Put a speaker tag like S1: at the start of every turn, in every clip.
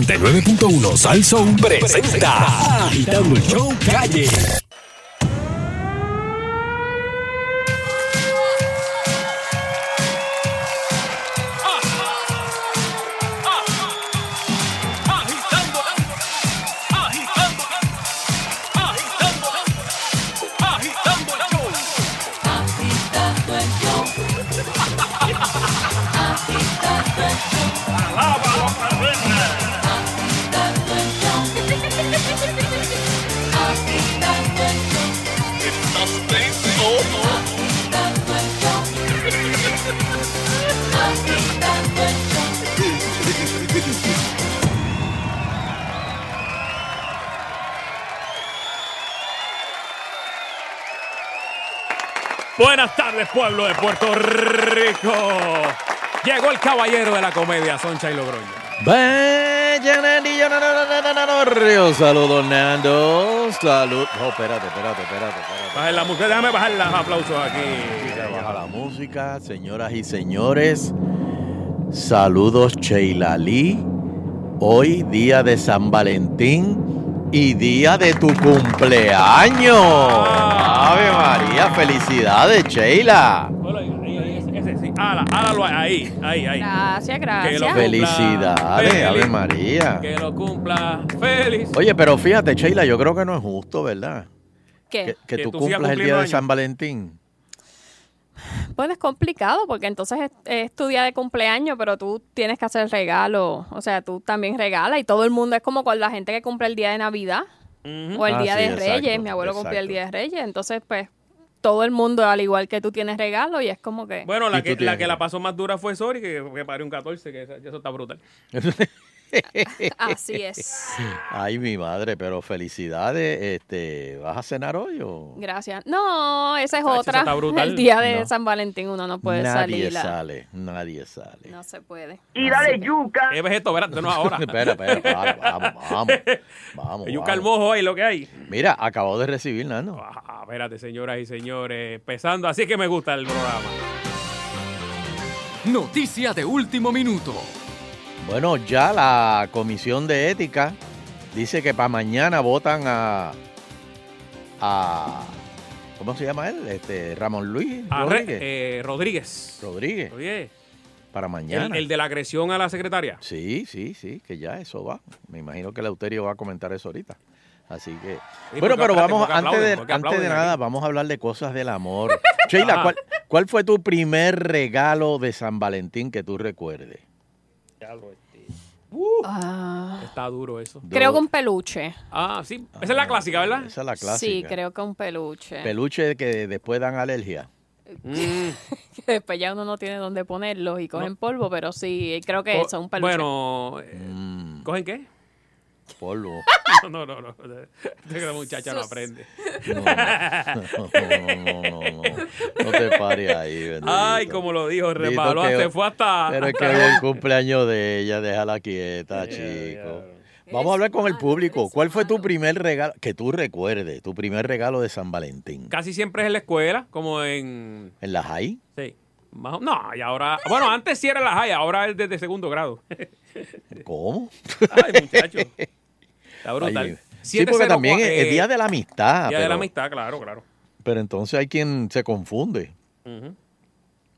S1: 99.1 Sal Soul presenta Agitando el Show Calle.
S2: Agitando, agitando, agitando, agitando el show.
S3: Agitando el show. Agitando el show.
S2: Alábalo, Carmena.
S3: Agitando el show. Agitando el show. oh, Agitando el show. Agitando el show.
S4: Buenas tardes, pueblo de Puerto Rico. Llegó el caballero de la comedia, Soncha y Logroño.
S5: Vaya Nandillo, no, no, no, no, no, no, no, Río, saludos Nando, salud. No, espérate, espérate, espérate, espérate.
S4: Bajen la música, déjame bajar los aplausos aquí.
S5: Baja la música, señoras y señores. Saludos Sheila Lee. Hoy día de San Valentín y día de tu cumpleaños. Ave María, felicidades Sheila.
S4: Hola, ahí, ahí, ese, ese, sí. Ala, ala, lo- ahí, ahí, ahí.
S6: Gracias,
S4: Que lo
S6: gracias.
S4: cumpla.
S5: Felicidades, Ave
S4: Feliz.
S5: María.
S4: Que lo cumpla feliz.
S5: Oye, pero fíjate Sheila, yo creo que no es justo, ¿verdad?
S6: ¿Qué?
S5: Que, que
S4: Que
S5: tú
S4: tú sigas
S5: cumplas el día
S4: cumpliendo
S5: de
S4: años.
S5: San Valentín.
S6: Pues es complicado porque entonces es, es tu día de cumpleaños, pero tú tienes que hacer el regalo. O sea, tú también regalas y todo el mundo es como con la gente que cumple el día de Navidad o el
S5: Ah,
S6: día
S5: sí,
S6: de
S5: exacto,
S6: Reyes. Mi abuelo cumplió el
S5: exacto.
S6: día de Reyes. Entonces, pues todo el mundo, al igual que tú, tienes regalo y es como que.
S4: Bueno, la
S5: Y tú
S4: que, la
S5: tienes.
S4: que la pasó más dura fue Sori, que, que parió un 14, que esa- eso está brutal.
S6: Así es.
S5: Ay, mi madre, pero felicidades. Este, ¿Vas a cenar hoy o...?
S6: Gracias. No, esa es
S4: Chacho, eso
S6: otra.
S4: está brutal.
S6: El día de
S5: No.
S6: San Valentín uno no puede
S5: nadie
S6: salir. a-
S5: sale, nadie sale.
S6: No se puede.
S7: Y dale yuca.
S4: ¿Qué ves esto? Espérate, no ahora.
S5: espera, espera, para, vamos, vamos, vamos.
S4: Yuca al
S5: vamos.
S4: mojo ahí, lo que hay.
S5: Mira, acabo de recibir, Nando.
S4: Ah, espérate, señoras y señores. Empezando, así que me gusta el programa.
S1: Noticia de último minuto.
S5: Bueno, ya la comisión de ética dice que para mañana votan a... a ¿Cómo se llama él? Este, Ramón Luis
S4: Arre-
S5: Rodríguez.
S4: eh, Rodríguez.
S5: Rodríguez,
S4: Oye,
S5: para mañana.
S4: el, el de la agresión a la secretaria.
S5: Sí, sí, sí, que ya eso va. Me imagino que Eleuterio va a comentar eso ahorita. Así que.
S4: Sí,
S5: bueno,
S4: porque
S5: pero
S4: aparte-
S5: vamos,
S4: porque
S5: antes,
S4: aplauden,
S5: de,
S4: porque
S5: antes de
S4: aplauden aquí. Ah.
S5: nada, vamos a hablar de cosas del amor. Sheila,
S4: Ajá.
S5: ¿cuál, cuál fue tu primer regalo de San Valentín que tú recuerdes?
S6: Ah,
S4: Está duro eso.
S6: creo que un peluche.
S4: Ah, sí. Esa es la clásica, ¿verdad?
S5: Esa es la clásica.
S6: Sí, creo que un peluche.
S5: Peluche que después dan alergia.
S4: Mm.
S6: que después ya uno no tiene dónde ponerlos y cogen polvo, pero sí, eh, creo que
S5: Oh,
S4: Co-
S6: eso, un peluche.
S4: Bueno, eh,
S5: Mm,
S4: ¿cogen qué?
S5: polvo.
S4: No, no, no. no. La muchacha no
S6: Sus-
S4: aprende.
S5: No, no, no, no, no, no. No te pares ahí. bendito.
S4: Ay, como lo dijo,
S5: Bendito
S4: reparó,
S5: que-
S4: se fue hasta...
S5: Pero es que hoy es el cumpleaños de ella, déjala quieta, chico. Vamos a hablar con el
S6: malo,
S5: público.
S6: eres
S5: ¿Cuál fue tu
S6: malo.
S5: primer regalo? Que tú recuerdes, tu primer regalo de San Valentín.
S4: Casi siempre es en la escuela, como en...
S5: ¿En la high?
S4: Sí. Más o- No, y ahora... Bueno, antes sí era la high, ahora es desde segundo grado.
S5: ¿Cómo?
S4: Ay, muchacho. Está brutal. eh,
S5: Ay, sí, porque también es, es Día de la Amistad.
S4: Día
S5: pero,
S4: de la amistad, claro, claro.
S5: pero entonces hay quien se confunde
S4: Ujú.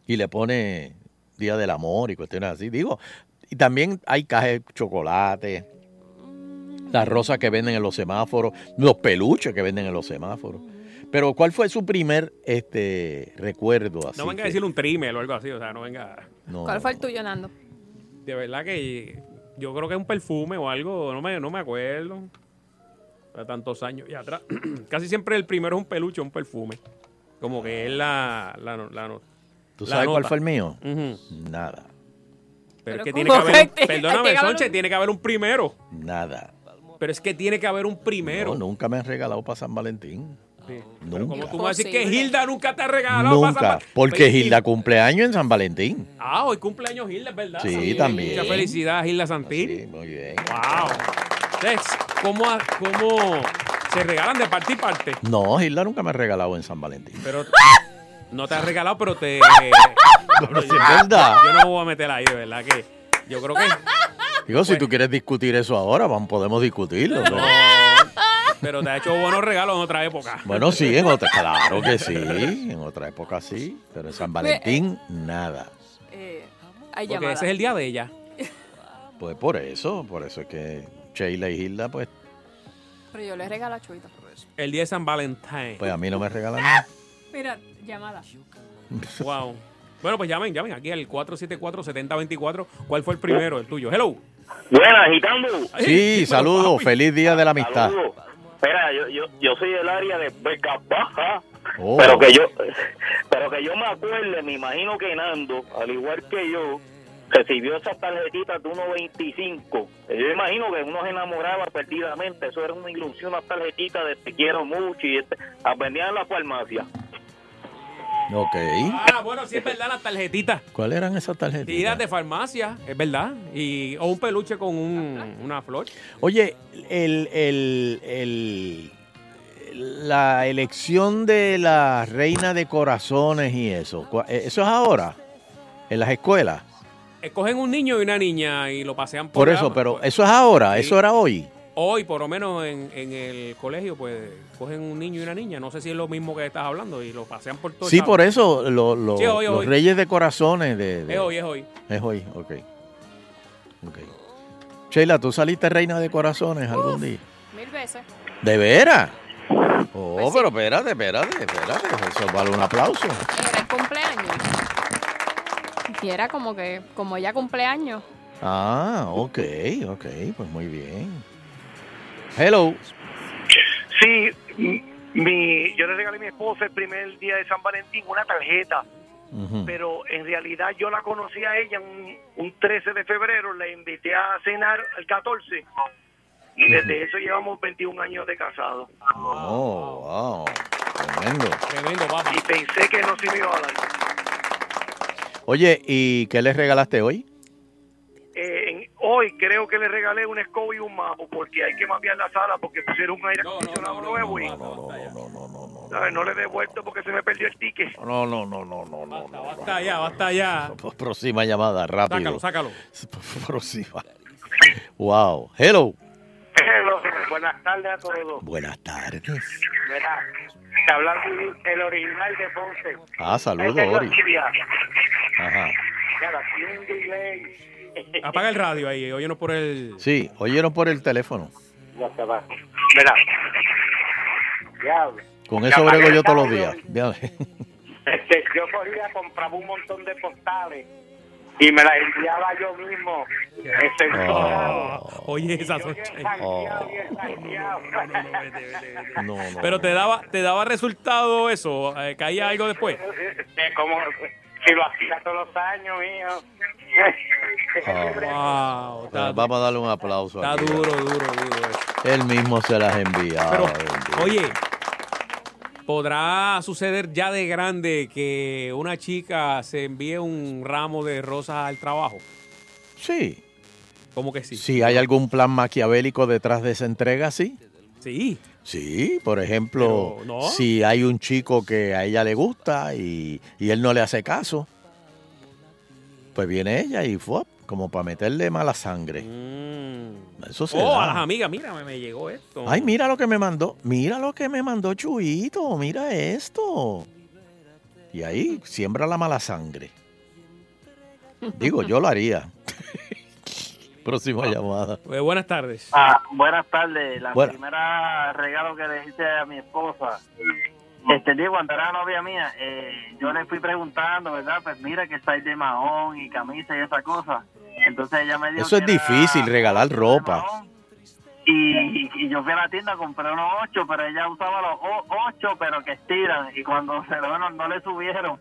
S5: y le pone Día del Amor y cuestiones así. Digo, y también hay cajas de chocolate, las rosas que venden en los semáforos, los peluches que venden en los semáforos. Pero ¿cuál fue su primer este recuerdo? Así
S4: No venga
S5: que-
S4: a decir un trimel o algo así, o sea, no venga...
S5: No,
S6: ¿Cuál
S5: no,
S6: fue el
S5: no.
S6: tuyo, Nando?
S4: De verdad que yo creo que es un perfume o algo, no me, no me acuerdo. Hace tantos años y atrás. Casi siempre el primero es un peluche, un perfume. Como que es la... la, no- la no-
S5: ¿Tú
S4: La
S5: sabes cuál
S4: nota.
S5: fue el mío?
S4: Ujú.
S5: Nada,
S4: Pero,
S6: Pero
S4: es que tiene que
S6: ¿cómo
S4: haber...
S6: que
S4: un-
S6: tiene-
S4: perdóname,
S6: tiene que haber
S4: Sonche,
S6: un-
S4: tiene que haber un primero.
S5: nada.
S4: Pero es que tiene que haber un primero.
S5: No, nunca me han regalado para San Valentín.
S4: Sí.
S5: Nunca.
S4: Pero como tú vas a decir que
S6: Imposible.
S4: Hilda nunca te ha regalado.
S5: Nunca,
S4: pasa-
S5: porque
S4: Pero-
S5: Gilda cumpleaños en San Valentín.
S4: Ah, hoy cumpleaños Hilda, es verdad.
S5: Sí, también. Ah,
S4: Mucha felicidad, Hilda Santini.
S5: Sí, muy bien.
S4: Wow. Entonces, ¿cómo, ha- ¿cómo se regalan de parte y parte?
S5: No, Gilda nunca me ha regalado en San Valentín.
S4: Pero no te has regalado, pero te.
S5: Pero si es verdad.
S4: Yo no me voy a meter ahí, de verdad que. Yo creo que.
S5: Digo, si tú quieres discutir eso ahora, vamos, podemos discutirlo. pero-
S4: Pero te ha hecho buenos regalos en otra época.
S5: Bueno, sí, en otra, claro que sí, en otra época sí, pero en San
S6: Pues,
S5: Valentín nada.
S6: Eh, hay
S4: Porque
S6: llamadas.
S4: ese es el día de ella.
S5: Pues por eso, por eso es que Sheila y Hilda, pues,
S6: Pero yo le regalo a Chuito.
S4: El día de San Valentín.
S5: pues a mí no me regalan nada.
S6: Mira, llamada.
S4: Wow. Bueno, pues llamen, llamen aquí al 474-7024. ¿Cuál fue el primero, el tuyo? Hello.
S8: Buenas, agitando.
S5: Sí, saludos, feliz día de la amistad.
S8: Saludos. Espera, yo, yo, yo soy del área de Beca Baja.
S5: Oh.
S8: Pero que yo pero que yo me acuerde, me imagino que Nando, al igual que yo, recibió esas tarjetitas de 1.25. Yo imagino que uno se enamoraba perdidamente. Eso era una ilusión, una tarjetita de te quiero mucho y este, las vendían en la farmacia.
S5: Ok,
S4: Ah, bueno, sí es verdad, las tarjetitas.
S5: ¿cuáles eran esas
S4: Tiras de
S5: tarjetitas?
S4: farmacia, es verdad. Y, o un peluche con un- una flor.
S5: Oye, el, el, el, la elección de la reina de corazones y eso, ¿cua- eh, ¿eso es ahora? ¿En las escuelas?
S4: Escogen Eh, un niño y una niña y lo pasean por
S5: Por
S4: la-
S5: eso, pero eso es ahora,
S4: Sí.
S5: eso era hoy.
S4: Hoy, por lo menos en, en el colegio, pues cogen un niño y una niña. No sé si es lo mismo que estás hablando y lo pasean por todo el
S5: Sí,
S4: lado.
S5: por eso lo- lo-
S4: Sí, hoy,
S5: los
S4: hoy.
S5: reyes de corazones de, de-
S4: Es hoy, es hoy.
S5: es hoy, ok. Ok. Sheila, ¿tú saliste reina de corazones algún día?
S6: Mil veces.
S5: ¿De veras? Oh,
S6: Pues sí.
S5: pero espérate, espérate, espérate. Este, Eso vale un aplauso.
S6: Era el cumpleaños. Y era como que, como ella cumpleaños.
S5: Ah, ok, ok, pues muy bien. Hello.
S9: Sí, mi- mi, yo le regalé a mi esposa el primer día de San Valentín una tarjeta,
S5: Ujú.
S9: pero en realidad yo la conocí a ella un, un 13 de febrero, la invité a cenar el 14 y desde eso llevamos 21 años de casado
S5: Oh, wow. Tremendo.
S4: Tremendo, papá.
S9: y pensé que no se me iba a dar.
S5: Oye, ¿y qué les regalaste hoy?
S9: Eh, en- hoy creo que le regalé un escoba y un mapo porque hay que mapear la sala porque pusieron un aire acondicionado nuevo y
S5: No, no, no, no, no, no.
S9: ¿sabes? no le he devuelto porque se me perdió el ticket.
S5: No, no, no, no, no, no.
S4: Basta, basta ya, basta ya.
S5: Ah. Próxima llamada, rápido.
S4: Sácalo, sácalo.
S5: Próxima. Wow. Hello.
S9: Buenas tardes a todos.
S5: Buenas tardes.
S9: Verá, te hablando el original de Ponce.
S5: Ah, saludos,
S9: Esta es la
S5: Ori.
S9: trivia.
S5: Ajá.
S9: Claro, tiene un delay.
S4: Apaga el radio ahí, óyenos por el...
S5: Sí, oyeron por el teléfono.
S8: Ya se va.
S9: Verá,
S8: Diablo.
S5: Con eso brego yo todos los días. Dígame.
S8: Este, yo cogía, compraba un montón de postales y me las enviaba yo mismo. Este,
S5: Oh.
S4: Oye, esas
S8: yo
S4: son...
S8: bien jangueado,
S5: Oh.
S8: bien jangueado.
S5: No, no.
S4: Pero te daba, te daba resultado eso, eh, caía algo después.
S8: Este, como si lo hacía todos los años, mío.
S5: Oh.
S4: Wow, está,
S5: Vamos a darle un aplauso.
S4: está
S5: aquí.
S4: duro, duro, duro. eso.
S5: Él mismo se las
S4: Pero,
S5: enviaba. Ah, bendito.
S4: oye, ¿podrá suceder ya de grande que una chica se envíe un ramo de rosas al trabajo?
S5: Sí.
S4: ¿Cómo que sí?
S5: Si hay algún plan maquiavélico detrás de esa entrega, sí.
S4: Sí.
S5: Sí, por ejemplo,
S4: Pero, ¿no?
S5: si hay un chico que a ella le gusta y, y él no le hace caso, pues viene ella y fue como para meterle mala sangre. Eso se
S4: Oh,
S5: da.
S4: a las amigas, mira, me, me llegó esto.
S5: Ay, mira lo que me mandó, mira lo que me mandó Chuito, mira esto. Y ahí siembra la mala sangre. Digo, yo lo haría. Próxima llamada.
S4: Eh, buenas tardes.
S8: Ah, buenas tardes. La
S5: Buena.
S8: primera regalo que le hice a mi esposa, este día cuando era novia mía, eh, yo le fui preguntando, ¿verdad? Pues mira que estáis de mahón y camisa y esa cosa. Entonces ella me dijo
S5: Eso es
S8: que era
S5: difícil, regalar
S8: de
S5: ropa.
S8: mahón. Y, y yo fui a la tienda, compré unos ocho, pero ella usaba los o- ocho, pero que estiran. Y cuando se lo no, no le subieron.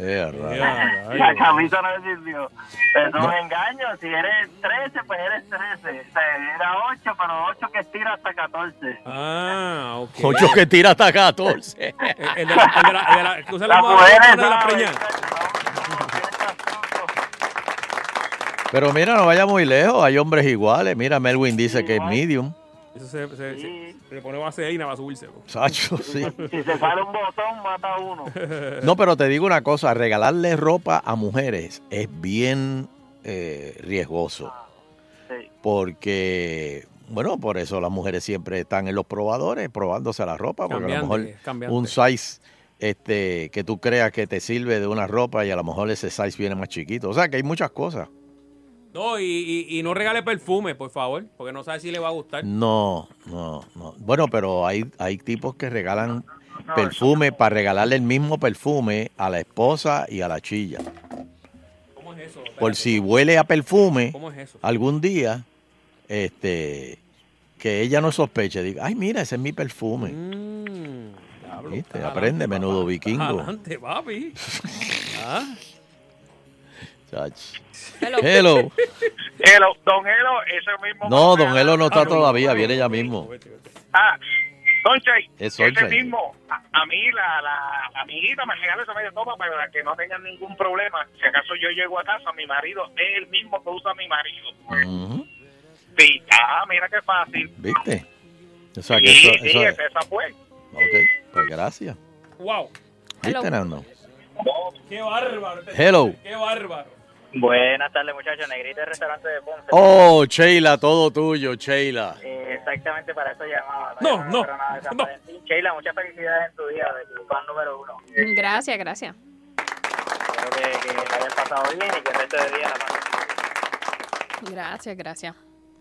S5: Eh, rayos.
S4: Ya,
S8: La
S4: rayos.
S8: camisa no existió. Eso
S5: No.
S8: es un engaño. Si eres 13, pues eres 13. O sea, era 8, pero 8 que estira hasta 14.
S4: Ah, ok.
S5: Ocho que tira hasta 14.
S4: El, el de la, el de la, el de la- que usa la
S8: Las
S4: almohada
S8: mujeres
S4: de la
S8: saben,
S4: preña.
S5: Pero mira, no vaya muy lejos, hay hombres iguales. Mira, Melwin dice que es medium.
S4: Eso se, se, se-
S8: Sí.
S4: se pone vaselina para subirse. bro.
S5: Sacho, sí.
S8: Si se sale un botón, mata
S5: Oh.
S8: a uno.
S5: No, pero te digo una cosa, regalarle ropa a mujeres es bien eh, riesgoso.
S8: Sí.
S5: porque, bueno, por eso las mujeres siempre están en los probadores probándose la ropa, porque a lo
S4: Cambiante,
S5: mejor
S4: cambiante.
S5: un size este, que tú creas que te sirve de una ropa y a lo mejor ese size viene más chiquito. O sea, que hay muchas cosas.
S4: No, y, y- y no regale perfume, por favor, porque no sabe si le va a gustar.
S5: No, no, no. Bueno, pero hay, hay tipos que regalan perfume para regalarle el mismo perfume a la esposa y a la chilla.
S4: ¿Cómo es eso?
S5: Por
S4: Espérate,
S5: si huele a perfume
S4: ¿Cómo es eso?
S5: algún día, este, que ella no sospeche, diga, ay, mira, ese es mi perfume.
S4: Mm, diablo,
S5: ¿Viste?
S4: está
S5: Aprende,
S4: adelante,
S5: menudo
S4: papá, está
S5: vikingo.
S4: Adelante, papi. Ah,
S5: Chach.
S6: Hello.
S5: Hello.
S9: Hello, don Elo, ese mismo.
S5: No, don Elo
S4: Ah,
S5: no está todavía, viene ya mismo.
S4: vete, vete.
S9: Ah, Sonche,
S5: Es
S9: ese
S5: Sonche.
S9: mismo, a, a mí la, la, la amiguita me regala esa media toma para que no tengan ningún problema. Si acaso yo llego a casa, mi marido es el mismo que usa mi marido.
S5: Ujú,
S9: Sí, ah, mira qué fácil.
S5: ¿Viste? O sea que
S9: Sí,
S5: eso,
S9: sí,
S5: eso es.
S9: esa fue.
S5: Ok, pues gracias.
S4: Wow,
S5: ¿Viste,
S6: Hello.
S5: Nando?
S4: qué bárbaro.
S5: Hello.
S4: Qué bárbaro.
S10: Buenas tardes, muchachos. Negrita del restaurante de Ponce.
S5: Oh, Sheila, todo tuyo, Sheila.
S10: Eh, exactamente para eso llamaba.
S4: No,
S10: llamaba
S4: no,
S10: para nada de San
S4: no.
S10: Valentín. Sheila, muchas felicidades en tu día de tu fan número uno.
S6: Gracias, gracias.
S10: Espero que, que la hayas pasado bien y que el resto del día la pases. bien.
S6: Gracias, gracias.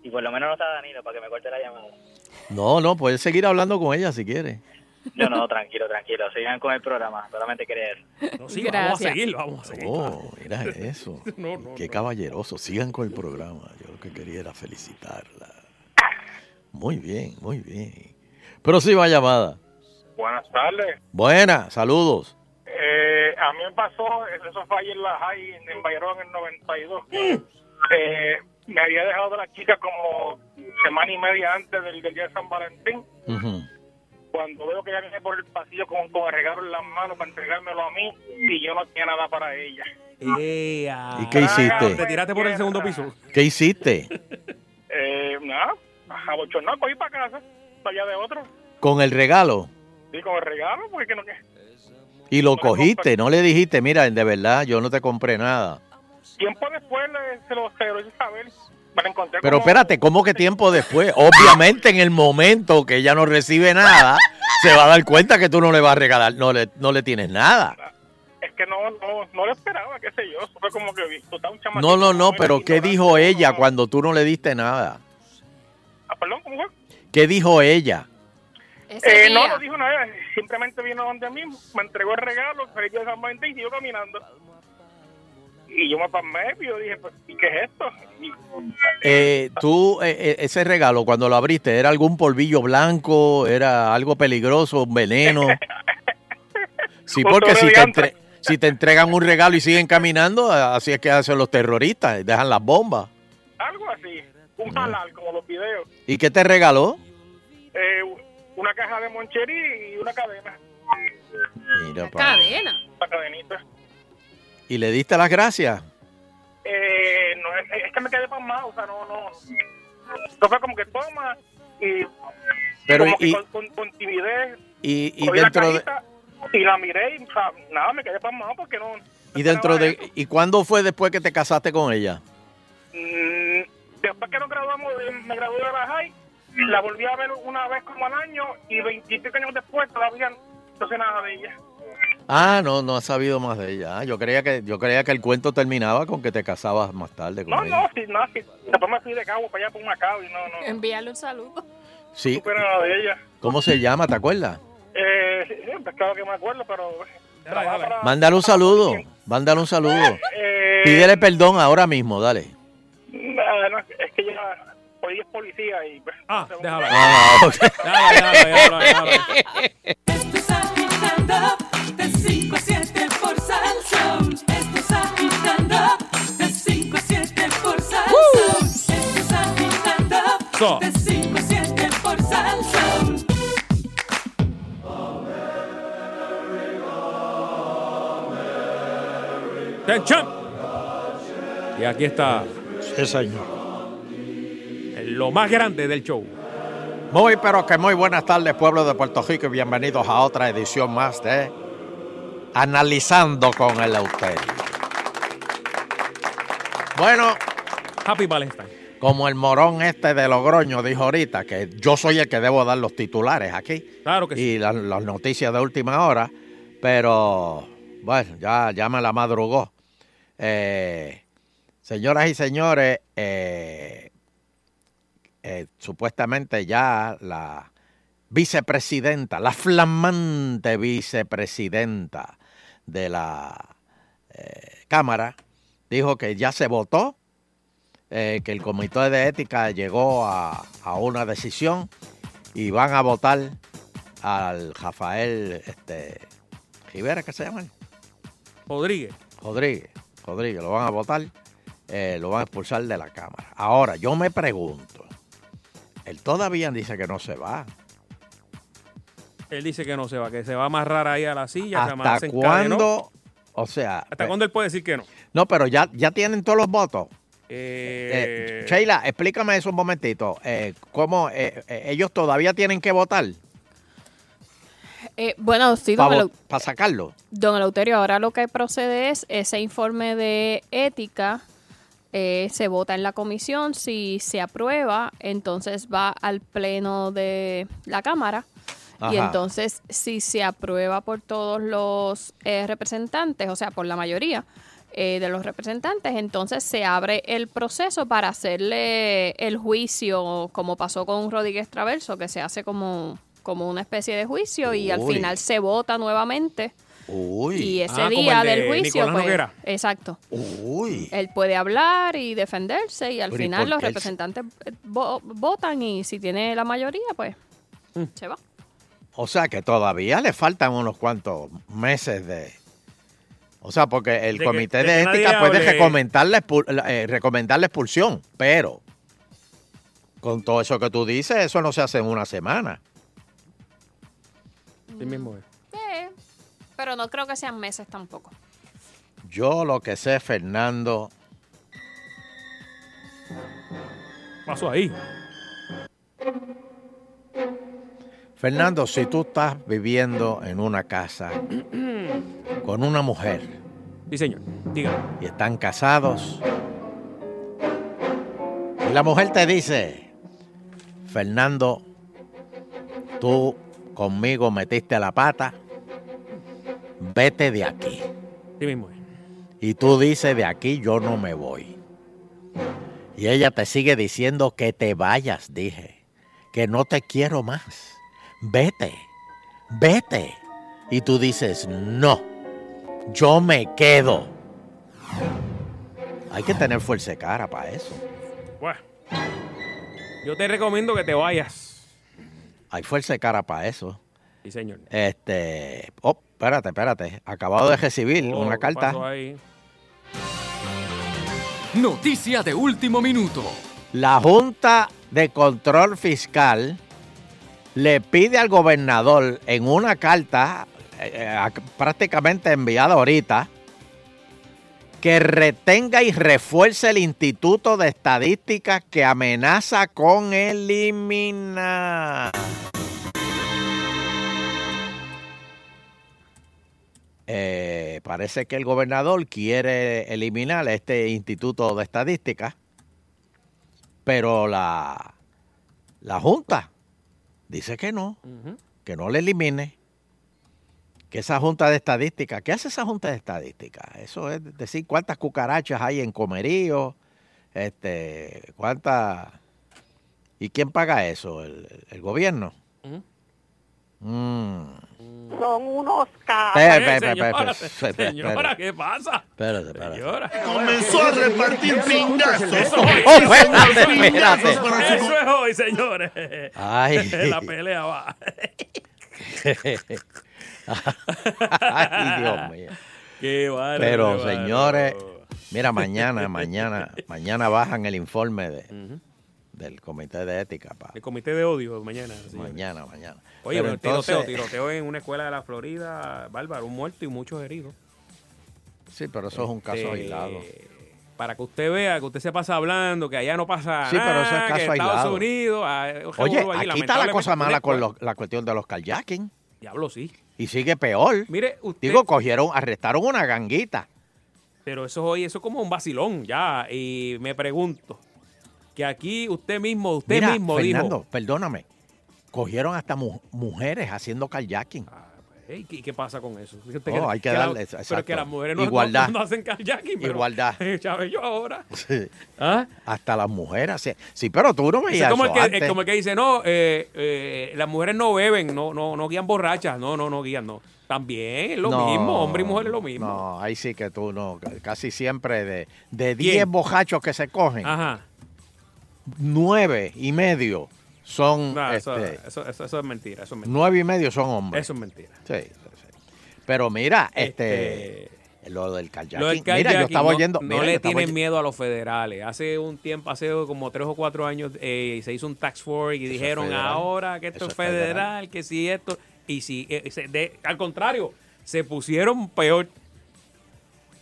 S10: Y por lo menos no está Danilo para que me corte la llamada.
S5: No, no, puedes seguir hablando con ella si quieres.
S10: No, no, tranquilo, tranquilo. Sigan con el programa. Solamente creer.
S4: No, sí, vamos a
S6: Gracias.
S4: seguir, vamos a seguir.
S5: Oh, mira eso.
S4: No, no,
S5: Qué
S4: no.
S5: caballeroso. Sigan con el programa. Yo lo que quería era felicitarla. Muy bien, muy bien. Próxima llamada.
S9: Buenas tardes.
S5: Buena, saludos.
S9: Eh, a mí me pasó, eso fue ahí en la high, en, en Bayron en el 92. Eh, me había dejado de la chica como semana y media antes del, del día de San Valentín.
S5: Ujú.
S9: Cuando veo que ella viene por el pasillo con, con el regalo en las manos para entregármelo a mí y yo no tenía nada para ella.
S4: Ea.
S5: ¿Y qué hiciste?
S4: Te tiraste por el segundo piso.
S5: ¿Qué hiciste?
S9: Eh, nada, abochornado, cogí para casa, para allá de otro.
S5: Con el regalo.
S9: Y con el regalo, porque que no que-
S5: Y lo cogiste, no le dijiste, mira, de verdad, yo no te compré nada.
S9: Tiempo después le- se lo, se lo hice saber. Me la encontré
S5: Pero
S9: como-
S5: espérate, ¿cómo que tiempo después? Obviamente en el momento que ella no recibe nada, se va a dar cuenta que tú no le vas a regalar, no le, no le tienes nada.
S9: Es que no, no, no lo esperaba, qué sé yo. eso Fue como que tú estás un chamaquito,
S5: No, no, no,
S9: era
S5: pero ¿qué
S9: ignorante,
S5: dijo
S9: no,
S5: ella
S9: no.
S5: cuando tú no le diste nada?
S9: Ah, perdón, ¿cómo fue?
S5: ¿Qué dijo ella?
S6: Ese
S9: Eh, no,
S6: día.
S9: no dijo nada. Simplemente vino donde mí, me entregó el regalo, feliz día de San Valentín, siguió caminando. Y yo me pasmé y yo dije, pues, ¿y qué es esto? Y-
S5: Eh, tú, eh, eh, ese regalo, cuando lo abriste, ¿era algún polvillo blanco? ¿Era algo peligroso? ¿Un veneno? Sí,
S9: Un
S5: porque si te,
S9: torreante.
S5: entre- si te entregan un regalo y siguen caminando, así es que hacen los terroristas, dejan las bombas.
S9: Algo así, un
S5: Ah.
S9: halal, como los videos.
S5: ¿Y qué te regaló?
S9: Eh, una caja de moncherí y una cadena,
S5: Mira, pa.
S6: Cadena.
S9: la cadenita.
S5: ¿Y le diste las gracias?
S9: Eh, no, es, es que me quedé pasmado, o sea, no, no. Entonces fue como que toma y
S5: Pero
S9: como que
S5: y,
S9: con, con- con timidez
S5: y- y
S9: cogí
S5: dentro
S9: la
S5: de,
S9: cajita y la miré y o sea, nada me quedé pasmado porque no
S5: y dentro
S9: esperaba
S5: de
S9: eso.
S5: y cuándo fue después que te casaste con ella?
S9: Mm, después que nos graduamos de- me gradué de la high la volví a ver una vez como al año y 25 años después todavía no sé nada de ella
S5: Ah, no, no has sabido más de ella. Ah, yo creía que yo creía que el cuento terminaba con que te casabas más tarde con
S9: no
S5: ella.
S9: no sí, no sí. después me fui de cabo para allá por una cabo y no no no
S6: Envíale un saludo.
S5: Sí,
S9: supe nada de ella
S5: ¿cómo se llama? ¿Te acuerdas?
S9: eh, sí, sí, pues claro que me acuerdo pero trabaja para-
S5: Mándale un saludo, mándale un saludo.
S9: eh,
S5: Pídele perdón ahora mismo, dale.
S9: mm, nada, no, es que ella hoy es policía y pues,
S4: Ah,
S9: no sé,
S4: déjalo.
S5: Ah, ok.
S4: Déjalo, déjalo, déjalo, déjalo.
S3: Esto es agitando de 5 a 7 por Salsón. Esto es agitando de 5 a 7 por Salsón. Esto es
S4: So.
S3: agitando de 5 a 7 por Salsón.
S4: ¡Tensión! Y aquí está
S11: Sí, señor.
S4: lo más grande del show.
S11: Muy, pero que muy buenas tardes, pueblo de Puerto Rico, y bienvenidos a otra edición más de Analizando con el Euterio. Bueno,
S4: Happy Valentine.
S5: como el morón este de Logroño dijo ahorita, que yo soy el que debo dar los titulares aquí
S4: Claro que sí.
S5: y la- las noticias de última hora, pero bueno, ya, ya me la madrugó. Eh, señoras y señores, eh, eh, supuestamente ya la vicepresidenta, la flamante vicepresidenta de la eh, Cámara, dijo que ya se votó, eh, que el Comité de Ética llegó a, a una decisión y van a votar al Rafael este, Rivera, ¿qué se llama? él?
S4: Rodríguez.
S5: Rodríguez. Rodríguez, lo van a votar, eh, lo van a expulsar de la Cámara. Ahora, yo me pregunto, él todavía dice que no se va.
S4: Él dice que no se va, que se va a amarrar ahí a la silla. que además se
S5: ¿Hasta
S4: encadenó.
S5: cuándo? O sea,
S4: ¿Hasta
S5: eh,
S4: cuándo él puede decir que no?
S5: no, pero ya, ya tienen todos los votos.
S4: Eh,
S5: Eh, Sheila, explícame eso un momentito. Eh, ¿Cómo eh, eh, ellos todavía tienen que votar
S6: Eh, bueno, sí, don,
S5: para
S6: Eleu-
S5: sacarlo?
S6: don Eleuterio, ahora lo que procede es ese informe de ética. eh, se vota en la comisión, si se aprueba, entonces va al pleno de la Cámara. Y
S5: Ajá.
S6: entonces, si se aprueba por todos los eh, representantes, o sea, por la mayoría eh, de los representantes, entonces se abre el proceso para hacerle el juicio, como pasó con Rodríguez Traverso, que se hace como, como una especie de juicio y al
S5: Uy.
S6: final se vota nuevamente.
S5: Uy,
S6: Y ese
S4: Ah, como
S6: día
S4: el de
S6: del juicio,
S4: Nicolás
S6: pues,
S4: Noguera.
S6: exacto,
S5: uy.
S6: él puede hablar y defenderse y al
S5: Pero, ¿y
S6: final
S5: por
S6: los
S5: qué él-
S6: representantes eh, vo- votan y si tiene la mayoría, pues
S5: Mm.
S6: se va.
S5: O sea que todavía le faltan unos cuantos meses de... O sea, porque el
S4: De que-
S5: comité
S4: de
S5: de,
S4: que nadie
S5: ética puede
S4: hable.
S5: recomendar la, expu- la- eh, recomendar la expulsión, pero con todo eso que tú dices, eso no se hace en una semana.
S4: sí mismo es.
S6: Eh, pero no creo que sean meses tampoco.
S5: Yo lo que sé, Fernando,
S4: Pasó ahí.
S5: Fernando, si tú estás viviendo en una casa con una mujer
S4: Sí, señor. Dígame.
S5: y están casados, y la mujer te dice, Fernando, tú conmigo metiste la pata, vete de aquí.
S4: Sí mismo es.
S5: Y tú dices, de aquí yo no me voy. Y ella te sigue diciendo que te vayas, dije, que no te quiero más. Vete, vete. Y tú dices, no, yo me quedo. Hay que tener fuerza de cara para eso.
S4: Bueno. Yo te recomiendo que te vayas.
S5: Hay fuerza de cara para eso.
S4: Sí, señor.
S5: Este, oh, espérate, espérate. Acabado de recibir
S4: Oh,
S5: una
S4: ¿qué pasó
S5: carta.
S4: ahí?
S12: Noticia de último minuto.
S5: La Junta de Control Fiscal le pide al gobernador en una carta eh, eh, a- prácticamente enviada ahorita que retenga y refuerce el Instituto de Estadística que amenaza con eliminar. Eh, parece que el gobernador quiere eliminar este Instituto de Estadística, pero la, la Junta dice que no
S4: Ujú.
S5: que no le elimine, que esa junta de estadística, ¿qué hace esa junta de estadística? Eso es decir cuántas cucarachas hay en comerío, este, cuántas... ¿Y quién paga eso? ¿El, el gobierno?
S4: Ujú.
S5: Mm.
S13: Son unos cabros.
S5: Espera, espera,
S4: Eh,
S5: espera,
S4: señora,
S5: espera, espera, espera,
S4: señora, ¿qué pasa?
S5: espérate, espérate.
S4: Señora.
S2: Comenzó a repartir pingazos.
S4: Eso es
S5: Oh,
S4: hoy,
S5: espérate,
S4: señor.
S5: espérate.
S4: Eso es hoy, señores.
S5: Ay.
S4: La pelea va.
S5: Ay, Dios mío.
S4: Qué bárbaro.
S5: Pero,
S4: qué bárbaro.
S5: señores, mira, mañana, mañana, mañana bajan el informe de-
S4: Ujú.
S5: del Comité de Ética para
S4: El comité de odio mañana. señores.
S5: mañana, mañana.
S4: Oye,
S5: Pero
S4: pero tiroteo,
S5: entonces-
S4: tiroteo en una escuela de la Florida, bárbaro, un muerto y muchos heridos.
S5: Sí, pero eso es un caso
S4: Eh,
S5: aislado.
S4: Para que usted vea, que usted se pasa hablando, que allá no pasa
S5: Sí, pero
S4: nada,
S5: eso es caso
S4: que Estados
S5: aislado.
S4: Unidos... ah, es
S5: Oye,
S4: revolú allí,
S5: aquí está la cosa
S4: lamentablemente,
S5: mala con
S4: una
S5: lo- la cuestión de los kayaking.
S4: escuela- Diablo, sí.
S5: Y sigue peor.
S4: Mire, usted...
S5: Digo, cogieron, arrestaron una ganguita.
S4: Pero eso hoy, eso es como un vacilón ya. Y me pregunto, que aquí usted mismo, usted
S5: Mira,
S4: mismo
S5: Fernando,
S4: dijo.
S5: perdóname. Cogieron hasta mu- mujeres haciendo kayaking.
S4: Ah. "Ey, ¿Y qué pasa con eso? Usted
S5: Oh, hay que
S4: la-
S5: darle,
S4: pero es
S5: exacto.
S4: que las mujeres no, no-
S5: Igualdad.
S4: no hacen kayaking. pero-
S5: Igualdad.
S4: Chávez, yo ahora.
S5: Sí.
S4: ¿Ah?
S5: Hasta las mujeres. hacían- Sí, pero tú no
S4: Ese
S5: veías
S4: Es como, el
S5: eso
S4: que,
S5: antes.
S4: es como el que dice, no, eh, eh, las mujeres no beben, no, no, no guían borrachas, no, no, no guían, no. También es lo
S5: No,
S4: mismo, hombre y mujer es lo mismo.
S5: No, ahí sí que tú no. C- Casi siempre de, de
S4: ¿Quién?
S5: 10 bojachos que se cogen,
S4: Ajá.
S5: 9 y medio son.
S4: No, eso,
S5: este,
S4: eso- eso- eso es mentira, eso es mentira.
S5: Nueve y medio son hombres.
S4: Eso es mentira.
S5: Sí, sí, sí. Pero mira, este, lo del kayaking.
S4: Eh, Lo del
S5: mira, yo
S4: kayaking,
S5: estaba
S4: no-
S5: oyendo.
S4: No,
S5: mira, yo
S4: le
S5: estaba
S4: tienen
S5: oy-
S4: miedo a los federales. Hace un tiempo, hace como tres o cuatro años, eh, se hizo un tax force
S5: Eso
S4: y
S5: es
S4: dijeron
S5: federal.
S4: ahora que esto
S5: Eso
S4: es
S5: es federal.
S4: federal, que si esto. Y si. eh, se- de- al contrario, se pusieron peor.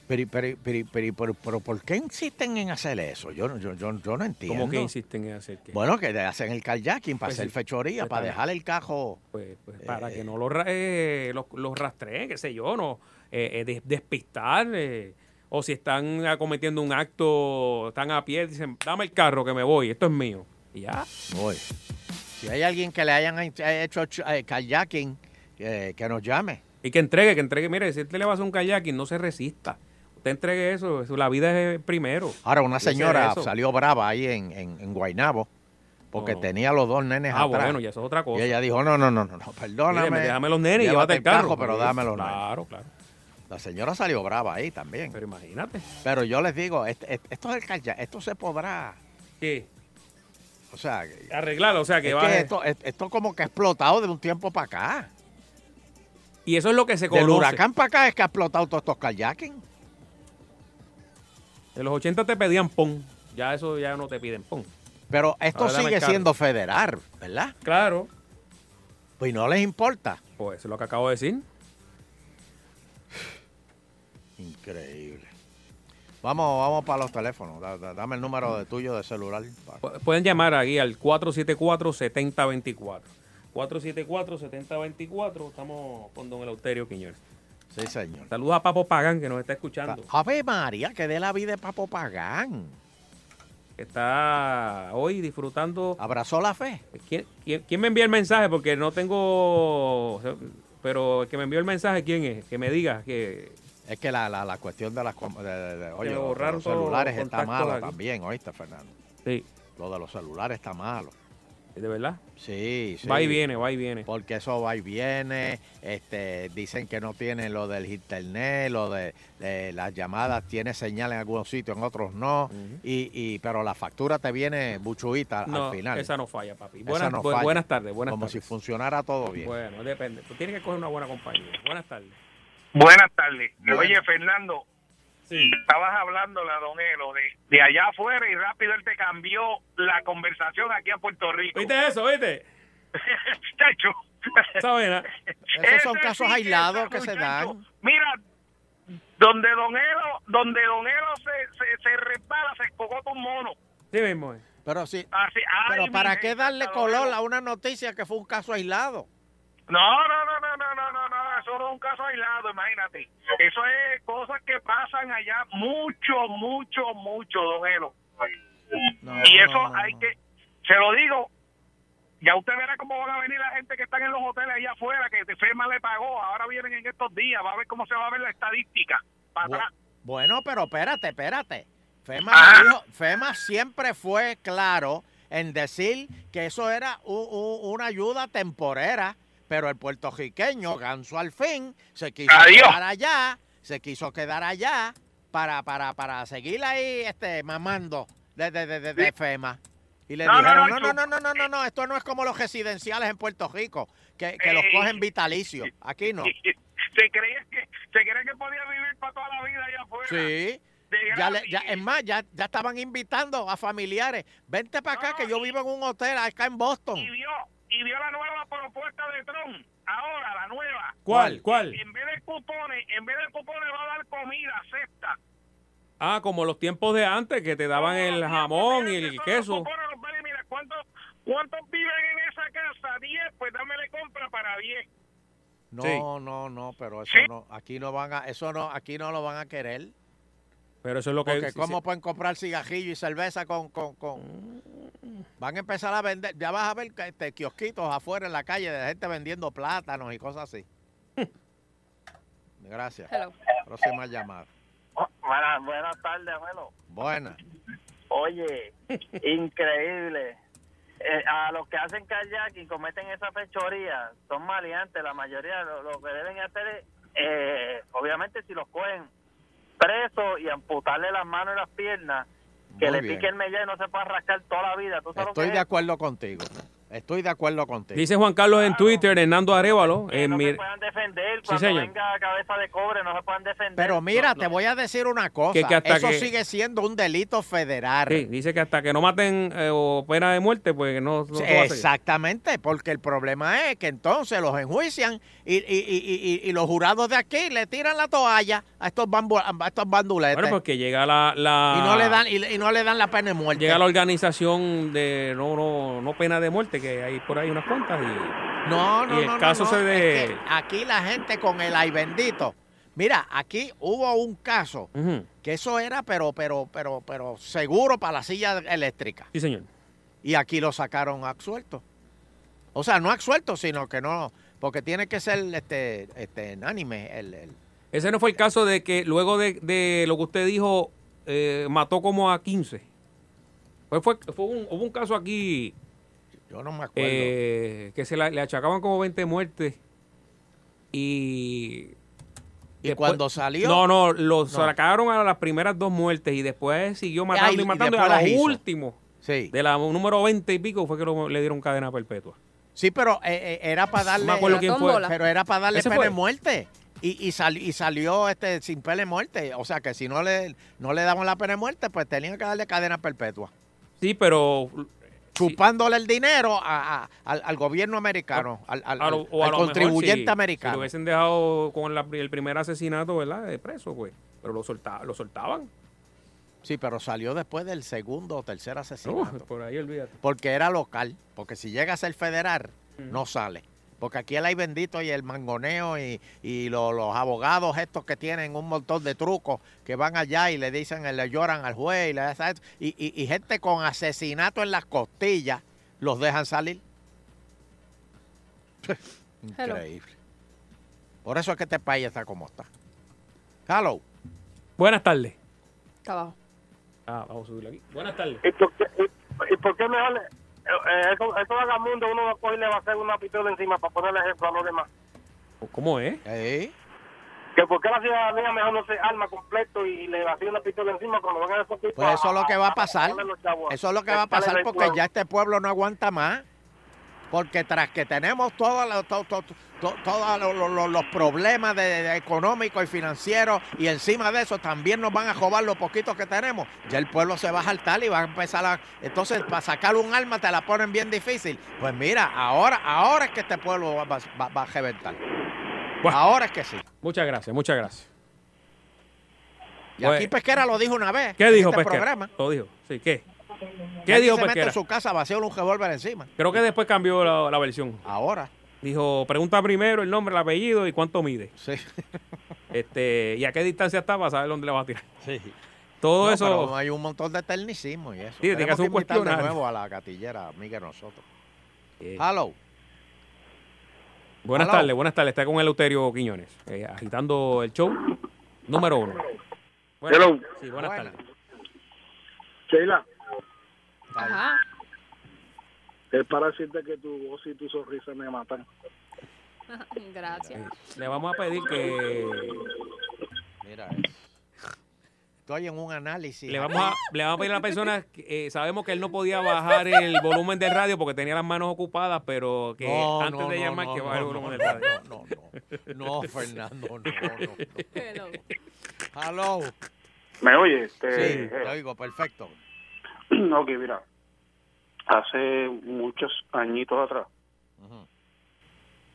S5: Pero, pero, pero, pero, pero- pero ¿por qué insisten en hacer eso? Yo, no- yo, yo, yo no entiendo.
S4: Como que insisten en hacer que.
S5: Bueno, que hacen el kayaking para
S4: Pues
S5: hacer
S4: sí.
S5: fechoría,
S4: Pues
S5: para
S4: también.
S5: dejar el cajo. eh,
S4: Pues, pues, para que no los, ra- eh, los, los rastreen, qué sé yo, no eh, eh, des- despistar. eh, o si están ah, cometiendo un acto, están a pie, dicen, dame el carro que me voy, esto es mío. Y ya.
S5: Voy. Si hay alguien que le hayan hecho eh, kayaking, eh, que nos llame.
S4: Y que entregue, que entregue. Mire, si usted le va a hacer un kayaking, no se resista. Usted entregue eso, eso, la vida es primero.
S5: Ahora, una
S4: Piense
S5: señora
S4: eso.
S5: salió brava ahí en, en, en Guaynabo porque
S4: No.
S5: tenía los dos nenes
S4: Ah,
S5: atrás.
S4: bueno, ya eso es otra cosa.
S5: Y ella dijo, no, no, no, no, no, perdóname.
S4: Mire, déjame los nenes y llévate el carro.
S5: pero dame los nenes.
S4: Claro, claro.
S5: La señora salió brava ahí también.
S4: Pero imagínate.
S5: Pero yo les digo, este- este- esto es el kayak, esto se podrá.
S4: ¿Qué?
S5: O sea, que-
S4: Arreglarlo, o sea, que
S5: es
S4: va.
S5: que esto, es- esto como que ha explotado de un tiempo para acá.
S4: Y eso es lo que se
S5: Del
S4: conoce.
S5: huracán para acá es que ha explotado todos estos kayaking.
S4: En los 80 te pedían pon. Ya eso ya no te piden pon.
S5: Pero esto
S4: Ahora dame el
S5: sigue
S4: carro.
S5: siendo federal, ¿verdad?
S4: Claro.
S5: Pues no les importa.
S4: Pues eso es lo que acabo de decir.
S5: Increíble. Vamos, vamos para los teléfonos. Da- da- Dame el número de tuyo de celular. pa-
S4: Pu- Pueden llamar aquí al 474-7024. 474-7024. Estamos con don Eleuterio Quiñones.
S5: Sí, señor.
S4: Saludos a Papo Pagán que nos está
S5: Pa-
S4: escuchando.
S5: Ave María, que dé la vida de Papo Pagán.
S4: que Está hoy disfrutando.
S5: Abrazó la fe.
S4: ¿Quién, quién, quién me envía el mensaje? Porque no tengo. Pero el que me envió el mensaje, ¿quién es? Que me diga que.
S5: Es que la, la- la cuestión de las com- de- de- de- oye,
S4: me
S5: lo de
S4: borraron
S5: los
S4: todos los
S5: celulares está
S4: contactos
S5: malo
S4: aquí.
S5: también, ¿oíste, Fernando?
S4: Sí.
S5: Lo de los celulares está malo.
S4: ¿De verdad?
S5: Sí, sí.
S4: Va y viene, va y viene.
S5: Porque eso va y viene, este, dicen que no tienen lo del internet, lo de, de las llamadas tiene señal en algunos sitios, en otros no, y, y- pero la factura te viene buchuita
S4: No,
S5: al final.
S4: esa no falla, papi.
S5: Esa
S4: Buenas,
S5: no
S4: bu-
S5: falla.
S4: buenas tardes, buenas
S5: Como
S4: tardes.
S5: si funcionara todo bien.
S4: Bueno, depende. Tú tienes que coger una buena compañía. Buenas tardes.
S9: Buenas tardes.
S4: Bueno.
S9: Oye, Fernando, estabas hablando, la Donelo, de, de allá afuera y rápido él te cambió la conversación aquí a Puerto Rico.
S4: ¿Viste eso? ¿Viste?
S9: Chacho.
S4: ¿Sabes? na?
S5: Esos son
S9: Ese
S5: casos
S9: sí que
S5: aislados
S9: está,
S5: que se
S9: muchacho.
S5: dan.
S9: Mira, donde Donelo, donde Donelo se, se, se repara, se cogota un mono.
S4: Sí mismo. es.
S5: Pero sí,
S9: Así, ay,
S5: pero
S9: mi
S5: ¿para
S9: gente,
S5: qué darle
S9: hasta
S5: color
S9: Donelo.
S5: a una noticia que fue un caso aislado?
S9: No, no, no, no, no, no, no, no, eso no es un caso aislado, imagínate. Eso es cosas que pasan allá mucho, mucho, mucho, don Elo. y eso hay que, se lo digo, ya usted verá cómo van a venir la gente que están en los hoteles allá afuera, que de firma le pagó, ahora vienen en estos días, va a ver cómo se va a ver la estadística. Para
S5: Bu-
S9: atrás.
S5: Bueno, pero espérate, espérate. FEMA,
S9: Ajá.
S5: dijo- FEMA siempre fue claro en decir que eso era u- u- una ayuda temporera, pero el puertorriqueño, ganso al fin, se quiso
S9: Adiós.
S5: quedar allá, se quiso quedar allá para, para, para seguir ahí este, mamando de, de- de- de- de FEMA. Y le
S9: No, no,
S5: dijeron,
S9: no,
S5: no, no,
S9: yo-
S5: no, no, no, no, no, esto no es como los residenciales en Puerto Rico, que, que los
S9: Eh.
S5: cogen vitalicios. Aquí no.
S9: Se creía que, se creía que podía vivir para toda la vida allá afuera.
S5: Sí.
S9: De
S5: Ya
S9: gratis.
S5: le- ya- es más, ya, ya estaban invitando a familiares. Vente para acá, que yo vivo en un hotel acá en Boston.
S9: y vio y vio la nueva propuesta de Trump. Ahora la nueva.
S4: ¿Cuál? ¿Cuál?
S9: En vez de cupones, en vez de cupones va a dar comida, cesta.
S4: Ah, como los tiempos de antes que te daban el jamón y el queso.
S9: Cupones los vale, mira, ¿cuántos, ¿cuántos viven en esa casa? 10, pues dámele compra para 10.
S5: No,
S4: Sí.
S5: no, no, pero eso
S9: Sí.
S5: no, aquí no van a, eso no, aquí no lo van a querer.
S4: Pero eso es lo que...
S5: Porque cómo pueden comprar cigajillo y cerveza con, con, con- Van a empezar a vender, ya vas a ver que, este, kiosquitos afuera en la calle de gente vendiendo plátanos y cosas así. Gracias.
S6: Hello.
S5: Próxima llamada.
S8: Buenas, buenas tardes, abuelo.
S5: Buena.
S8: Oye, increíble. Eh, a los que hacen kayak y cometen esa fechoría, son maleantes. La mayoría lo, lo que deben hacer es, eh, obviamente, si los cogen presos y amputarle las manos y las piernas, que
S5: Muy
S8: le
S5: bien.
S8: pique el mellé y no se pueda rascar toda la vida. ¿Tú sabes lo
S5: Estoy
S8: que
S5: de
S8: es?
S5: acuerdo contigo. Estoy de acuerdo contigo.
S4: Dice Juan Carlos en Twitter, Hernando Arevalo.
S8: Que
S4: en
S8: no
S4: mi-
S8: se puedan defender
S4: Sí,
S8: cuando
S4: señor.
S8: venga cabeza de cobre, no se puedan defender.
S5: Pero mira, te voy a decir una cosa.
S4: Que- que hasta
S5: Eso
S4: que-
S5: sigue siendo un delito federal.
S4: Sí, dice que hasta que no maten eh, o pena de muerte, pues no... no se va a hacer.
S5: Exactamente, porque el problema es que entonces los enjuician y, y- y- y- y los jurados de aquí le tiran la toalla a estos, bambu- a estos banduletes
S4: Bueno, porque llega la... la-
S5: y, no le dan, y, le- y no le dan la pena de muerte.
S4: Llega la organización de no, no, no pena de muerte, que hay por ahí unas cuantas y...
S5: No, no,
S4: y el
S5: no, no,
S4: caso
S5: no,
S4: se de...
S5: es que aquí la gente con el ay bendito. Mira, aquí hubo un caso
S4: Ujú.
S5: que eso era, pero, pero, pero, pero seguro para la silla eléctrica.
S4: Sí, señor.
S5: Y aquí lo sacaron absuelto. O sea, no absuelto, sino que no, porque tiene que ser este, este unánime el- el,
S4: Ese no fue el caso de que luego de, de lo que usted dijo, eh, mató como a 15. Pues fue, fue un- hubo un caso aquí
S5: Yo no me acuerdo.
S4: eh, que se la- le achacaban como 20 muertes. Y.
S5: ¿Y cuando salió?
S4: No, no, lo
S5: No.
S4: sacaron a las primeras dos muertes y después siguió matando
S5: Ay,
S4: y matando.
S5: y
S4: Y a
S5: después
S4: los
S5: las hizo.
S4: últimos,
S5: Sí.
S4: de la número 20 y pico, fue que lo- le dieron cadena perpetua.
S5: Sí, pero eh, eh, era para darle.
S4: No me acuerdo quién fue.
S5: Pero era para darle
S4: Ese
S5: pena
S4: fue.
S5: de muerte. Y, y, sal- y salió este sin pena de muerte. O sea que si no le, no le daban la pena de muerte, pues tenían que darle cadena perpetua.
S4: Sí, pero.
S5: Chupándole el dinero a- a- al, al gobierno americano, al, al-
S4: Ah, a lo-
S5: al-
S4: o a
S5: al
S4: lo mejor
S5: contribuyente
S4: si- Si lo
S5: americano.
S4: hubiesen dejado con la pri- el primer asesinato, ¿verdad? De preso, pues. Pero lo, solta- lo soltaban.
S5: sí, pero salió después del segundo o tercer asesinato.
S4: Oh, Por ahí, olvídate.
S5: Porque era local. Porque si llega a ser federal, no sale. Porque aquí el hay bendito y el mangoneo y, y lo- los abogados estos que tienen un montón de trucos que van allá y le dicen, le lloran al juez y le hacen esto. Y, y- y gente con asesinato en las costillas los dejan salir. Increíble. Por eso es que este país está como está. Hello.
S4: Buenas tardes.
S6: Está abajo.
S4: Ah, vamos a subirlo aquí. Buenas tardes.
S8: ¿Y por qué, y, y por qué mejor eh, eh, eso, eso vagamundo uno va a coger y le va a hacer una pistola encima para ponerle ejemplo a los demás?
S4: ¿Cómo es?
S8: Que por qué la ciudadanía mejor no se arma completo y le vacía una pistola encima cuando vengan esos tipos
S5: Pues eso es lo que va a pasar.
S8: darle los chavos.
S5: Eso es lo que va a pasar
S8: Dale,
S5: porque
S8: fuego.
S5: ya este pueblo no aguanta más. Porque tras que tenemos todos los, to- to- to- todos los- los- los- los problemas de, de- económicos y financieros, y encima de eso también nos van a robar los poquitos que tenemos, ya el pueblo se va a saltar y va a empezar a. Entonces, para sacar un arma te la ponen bien difícil. Pues mira, ahora, ahora es que este pueblo va, va- va a reventar. ahora es que sí.
S4: Muchas gracias, muchas gracias.
S5: Y
S4: Pues,
S5: aquí Pesquera lo dijo una vez.
S4: ¿Qué
S5: en
S4: dijo
S5: este
S4: Pesquera?
S5: programa.
S4: Lo dijo. Sí, ¿qué?
S5: Nadie
S4: ¿Qué dijo
S5: se mete
S4: Pesquera?
S5: en su casa vacío un revólver encima.
S4: Creo que después cambió la, la versión.
S5: Ahora.
S4: Dijo, pregunta primero el nombre, el apellido y cuánto mide.
S5: Sí.
S4: Este, y a qué distancia está para saber dónde le va a tirar.
S5: Sí.
S4: Todo
S5: No,
S4: eso.
S5: pero hay un montón de tecnicismo y eso.
S4: Sí, tiene que
S5: Tenemos
S4: hacer un
S5: invitar de
S4: cuestionario.
S5: nuevo a la gatillera amiga de nosotros. Hello.
S4: Buenas
S5: Hello.
S4: tardes, buenas tardes. Está con Eleuterio Quiñones, eh, agitando el show número uno. Buenas-
S14: Hello.
S4: Sí, buenas tardes.
S14: Sheila,
S6: Ajá.
S14: es para decirte que tu voz y tu sonrisa me matan.
S6: Gracias.
S4: Le vamos a pedir que
S5: Mira Estoy en un análisis.
S4: le vamos a, le vamos a pedir a la persona, que, eh, sabemos que él no podía bajar el volumen del radio porque tenía las manos ocupadas, pero que
S5: No,
S4: antes
S5: no,
S4: de
S5: no,
S4: llamar
S5: no,
S4: que
S5: no,
S4: baje el
S5: no,
S4: volumen del
S5: no,
S4: radio.
S5: No, no, no. No, Fernando, no, no. no. Hello.
S14: ¿Me oyes?
S5: Sí,
S14: Este,
S5: te oigo, perfecto.
S14: ok, mira. Hace muchos añitos atrás.
S5: Ujú.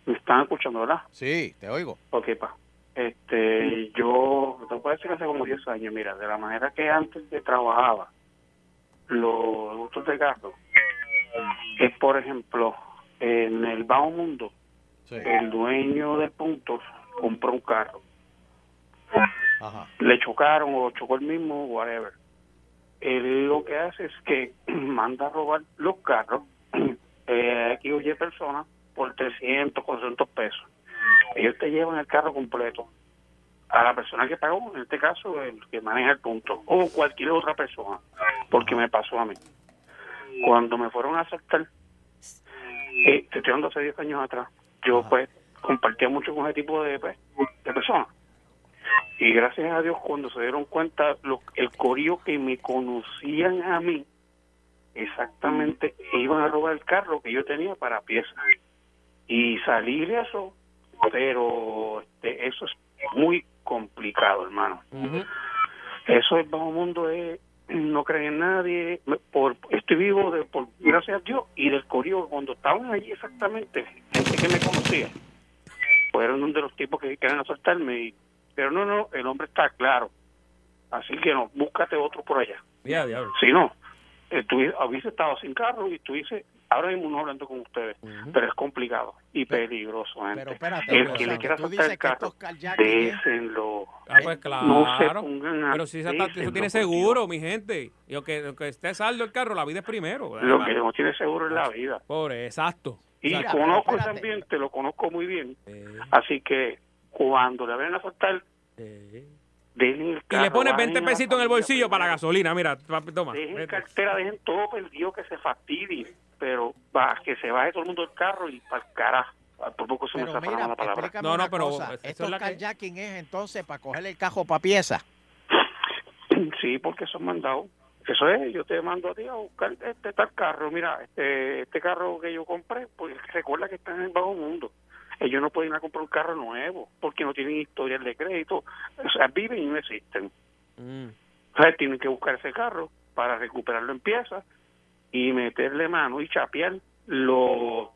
S14: ¿Me están escuchando, verdad?
S5: Sí, te oigo.
S14: Ok, pa. Este, yo, te puedo decir que hace como 10 años, mira, de la manera que antes de trabajaba, los gustos de gasto, es por ejemplo, en el bajo mundo, el dueño del punto compró un carro.
S5: Ajá.
S14: le chocaron o chocó el mismo, whatever. Él lo que hace es que manda a robar los carros eh, aquí oye personas por 300, 400 pesos. Ellos te llevan el carro completo a la persona que pagó, en este caso el que maneja el punto, o cualquier otra persona, porque me pasó a mí. Cuando me fueron a aceptar, eh, te estoy hablando hace 10 años atrás, yo pues compartía mucho con ese tipo de, pues, de personas. Y gracias a Dios, cuando se dieron cuenta, lo- el corillo que me conocían a mí, exactamente iban a robar el carro que yo tenía para piezas. Y salir de eso, pero este, eso es muy complicado, hermano. Eso es bajo mundo, es no creen en nadie. me- Por, estoy vivo de, por, gracias a Dios y del corillo. Cuando estaban allí exactamente, gente que me conocía, fueron uno de los tipos que querían asaltarme. Y, pero no, no, el hombre está claro. Así que no, búscate otro por allá.
S4: Ya, diablo.
S14: Si no, eh, tú hubiese estado sin carro y tú dices, ahora mismo no hablando con ustedes, pero es complicado y peligroso, gente.
S5: espérate,
S14: el
S5: o
S14: que
S5: sea,
S14: le
S5: que
S14: quiera
S5: tú
S14: saltar el
S5: dices que
S14: carro,
S5: estos kayak-
S14: déjenlo.
S4: Ah, pues claro.
S14: No se pongan a
S4: Pero si esa- eso
S14: déjenlo,
S4: tiene
S14: por Dios.
S4: seguro, mi gente. Y aunque, aunque esté saldo el carro, la vida es primero.
S14: Lo que no tiene seguro es la vida.
S4: Pobre, exacto.
S14: Y
S4: Exacto. Eh.
S14: conozco ese ambiente, lo conozco muy bien. Así que cuando le vayan a saltar, denle el
S4: Y
S14: carro.
S4: le pones
S14: bajen
S4: 20
S14: a la
S4: pesitos en el
S14: familia
S4: bolsillo para la gasolina. Mira, pa- toma.
S14: dejen
S4: vete.
S14: cartera, dejen todo perdido que se fastidie, pero va, que se baje todo el mundo del carro y para el carajo. Por poco se me zafa la mala palabra.
S5: Explícame una cosa, Esto es carjacking es entonces para coger el cajo para pieza.
S14: Sí, porque son mandados. Eso es, yo te mando a ti a buscar este tal carro. Mira, este, este carro que yo compré, pues recuerda que está en el bajo mundo. Ellos no pueden ir a comprar un carro nuevo porque no tienen historial de crédito. O sea, viven y no existen.
S4: Mm.
S14: O sea, tienen que buscar ese carro para recuperarlo en piezas y meterle mano y chapear los,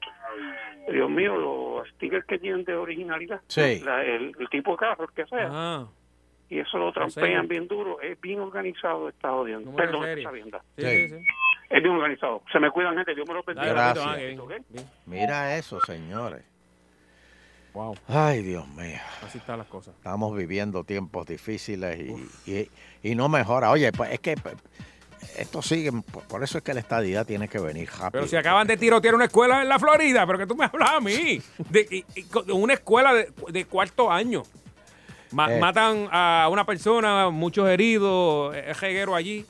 S14: Dios mío, los stickers que tienen de originalidad.
S5: Sí.
S14: La- el, el tipo de carro que sea. Y eso lo trampean
S5: Ah. sé.
S14: bien duro. Es bien organizado esta jodiendo.
S5: Número
S14: Perdón,
S5: serio.
S14: esta vienda.
S5: Sí, sí,
S14: Es bien organizado. Se me cuidan, gente. Dios me lo bendiga.
S5: Gracias.
S14: ¿Ok?
S5: Mira eso, señores.
S4: Wow.
S5: Ay, Dios mío.
S4: Así están las cosas.
S5: Estamos viviendo tiempos difíciles y, y- y no mejora. Oye, pues es que pues, esto sigue. Por por eso es que la estadía tiene que venir rápido.
S4: Pero si acaban de tirotear una escuela en la Florida, pero que tú me hablas a mí. De, y- y co- de una escuela de, de cuarto año. Ma-
S5: Eh.
S4: Matan a una persona, muchos heridos, eh, es reguero allí.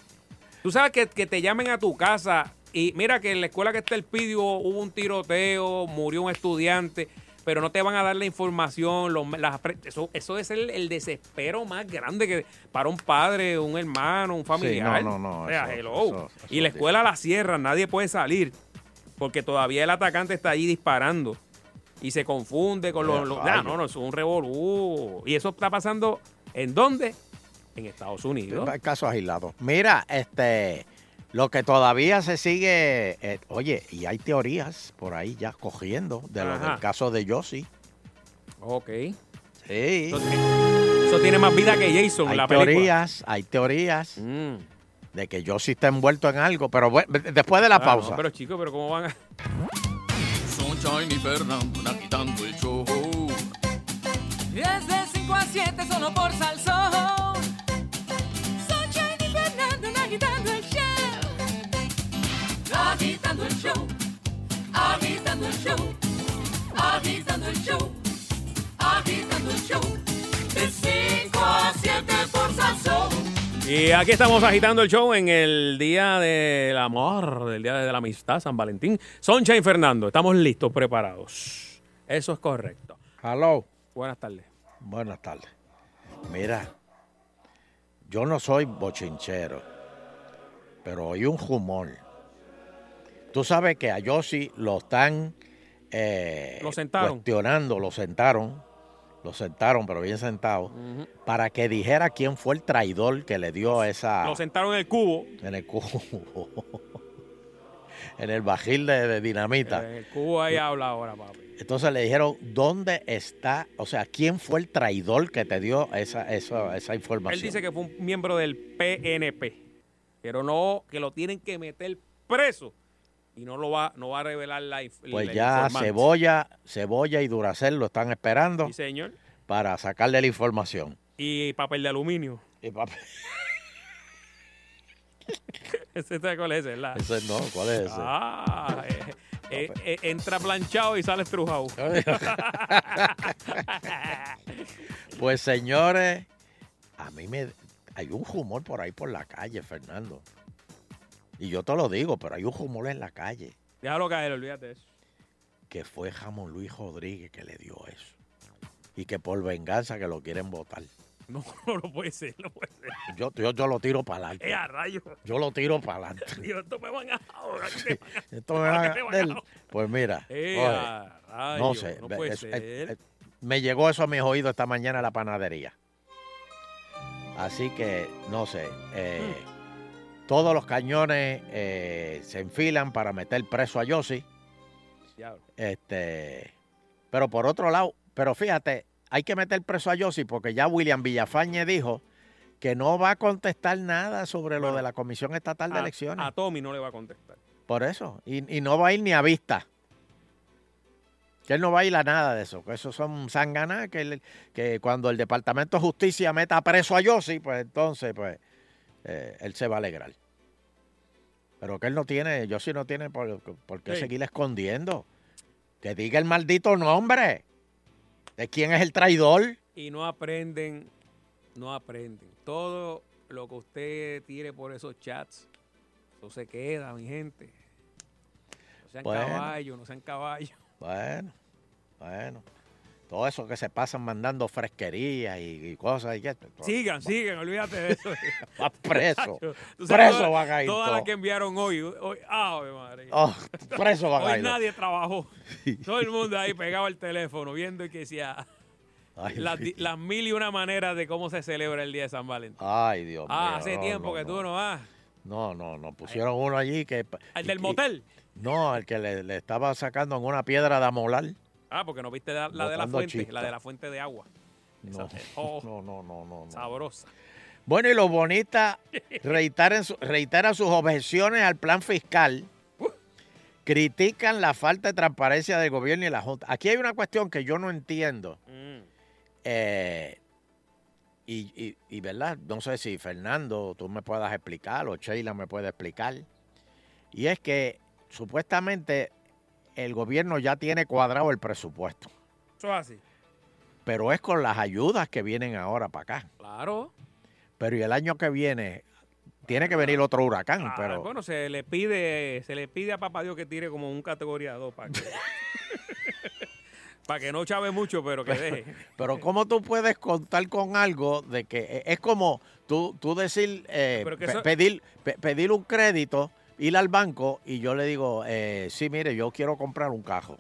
S4: Tú sabes que, que te llamen a tu casa y mira que en la escuela que está el pidio hubo un tiroteo, murió un estudiante, pero no te van a dar la información. los- las pre- eso, eso es el, el desespero más grande que para un padre, un hermano, un familiar.
S5: no, no,
S4: O sea,
S5: eso-
S4: hello.
S5: eso-
S4: y la escuela la cierran, nadie puede salir porque todavía el atacante está allí disparando y se confunde con los...
S5: Eh,
S4: los-
S5: rayo.
S4: Ah, no, no, eso es un revolú. Y eso está pasando en dónde? En Estados Unidos.
S5: Hay casos aislados. Mira, este, lo que todavía se sigue, eh, oye, y hay teorías por ahí ya cogiendo de lo
S4: Ajá.
S5: del caso de Yossi.
S4: Ok.
S5: Sí.
S4: Eso, eso tiene más vida que Jason,
S5: Hay
S4: la película. Mm.
S5: teorías, hay teorías de que Yossi está envuelto en algo, pero bueno, después de la
S4: Ah,
S5: pausa.
S4: no, pero chicos, pero ¿cómo van a...?
S15: Sunshine y Fernando agitando el show.
S4: Uh,
S3: Desde 5 a 7 solo por Salsón. Sunshine y Fernando en agitando el show. Agitando el show. Agitando el show. Agitando el show. Agitando el show. De 5 a 7 por Salsón.
S4: Y aquí estamos agitando el show en el Día del Amor, del Día de la Amistad, San Valentín. Soncha y Fernando, estamos listos, preparados. Eso es correcto.
S5: Hello.
S4: Buenas tardes.
S5: Buenas tardes. Mira, yo no soy bochinchero, pero oí un rumor. Tú sabes que a Yossi lo están eh,
S4: Lo sentaron.
S5: cuestionando, lo sentaron, lo sentaron, pero bien sentado, para que dijera quién fue el traidor que le dio esa...
S4: Lo sentaron en el cubo.
S5: En el cubo. en el bajil de, de dinamita.
S4: En el cubo ahí habla ahora, papi.
S5: Entonces le dijeron, ¿dónde está? O sea, ¿quién fue el traidor que te dio esa, esa, esa información?
S4: Él dice que fue un miembro del PNP, pero no, que lo tienen que meter preso y no lo va, no va a revelar la inf-
S5: pues
S4: la
S5: ya
S4: informante.
S5: Cebolla, Cebolla y Duracel lo están esperando
S4: Sí, señor.
S5: para sacarle la información.
S4: Y papel de aluminio.
S5: Y papel.
S4: ¿Ese sabe cuál es ese, verdad?
S5: Ese no, ¿cuál es ese?
S4: Ah, eh, eh, eh, entra planchado y sale estrujado.
S5: Pues señores, a mí me hay un humor por ahí por la calle, Fernando. Y yo te lo digo, pero hay un humor en la calle
S4: Déjalo caer, olvídate de eso.
S5: que fue Jamón Luis Rodríguez que le dio eso. Y que por venganza que lo quieren votar.
S4: No, no lo puede ser, no puede ser.
S5: Yo, yo, yo lo tiro para
S4: ¡Eh, a
S5: adelante.
S4: rayos!
S5: Yo lo tiro para adelante.
S4: Dios, esto me van a... Ahora,
S5: Esto me va a- del- Pues mira,
S4: Eh,
S5: oye,
S4: a rayos,
S5: no sé,
S4: no
S5: ve-
S4: puede
S5: es- eh,
S4: ser.
S5: eh, me llegó eso a mis oídos esta mañana en la panadería. Así que, no sé, eh,
S4: Mm.
S5: todos los cañones eh, se enfilan para meter preso a Yossi.
S4: Diablo.
S5: Este, pero por otro lado, pero fíjate, hay que meter preso a Yossi porque ya William Villafañe dijo que no va a contestar nada sobre lo de la Comisión Estatal de
S4: a-
S5: Elecciones.
S4: A Tommy no le va a contestar.
S5: Por eso. Y, y no va a ir ni a vista. Que él no va a ir a nada de eso. Que esos son sanganas que, el- que cuando el Departamento de Justicia meta preso a Yossi, pues entonces, pues, eh, él se va a alegrar. Pero que él no tiene, Yossi no tiene por, por qué
S4: Sí.
S5: seguir escondiendo. Que diga el maldito nombre. ¿De quién es el traidor?
S4: Y no aprenden, no aprenden. Todo lo que usted tire por esos chats, eso se queda, mi gente. No sean
S5: Bueno.
S4: caballos, no sean caballos.
S5: Bueno, bueno. Todo eso que se pasan mandando fresquerías y, y cosas. Y que,
S4: Sigan, sigan, olvídate de eso.
S5: Va preso.
S4: Tú sabes,
S5: preso
S4: todas-
S5: va a caer.
S4: Todas
S5: todo.
S4: las que enviaron hoy. hoy ¡Ave madre!
S5: Oh, preso va a
S4: Hoy
S5: caer.
S4: nadie trabajó. Todo el mundo ahí pegado al teléfono viendo y que decía
S5: Ay,
S4: las, di- las mil y una maneras de cómo se celebra el Día de San Valentín.
S5: Ay, Dios
S4: ah,
S5: mío,
S4: hace
S5: Oh, no,
S4: tiempo
S5: no,
S4: que
S5: no.
S4: tú no vas.
S5: No, no, no. Pusieron uno allí que.
S4: ¿El del
S5: y-
S4: motel?
S5: No, el que le, le estaba sacando en una piedra de amolar.
S4: Ah, porque no viste la, la de la
S5: Botando
S4: fuente,
S5: chispa.
S4: la de la fuente de agua.
S5: No,
S4: Oh,
S5: no, no, no, no.
S4: Sabrosa.
S5: Bueno, y lo bonita, reiteran su- reitera sus objeciones al plan fiscal, critican la falta de transparencia del gobierno y la Junta. Aquí hay una cuestión que yo no entiendo.
S4: Mm,
S5: Eh, y, y- y, ¿verdad? No sé si Fernando tú me puedas explicar o Sheila me puede explicar. Y es que supuestamente el gobierno ya tiene cuadrado el presupuesto,
S4: Eso es así.
S5: pero es con las ayudas que vienen ahora para acá.
S4: Claro.
S5: Pero y el año que viene tiene que venir otro huracán,
S4: Ah,
S5: pero
S4: Bueno, se le pide, se le pide a papá Dios que tire como un categoría 2 para que, para que no chave mucho, pero que deje.
S5: pero cómo tú puedes contar con algo de que eh, es como tú tú decir eh,
S4: Pero que
S5: pe-
S4: eso-
S5: pedir pe- pedir un crédito, ir al banco y yo le digo, eh, sí, mire, yo quiero comprar un cajo.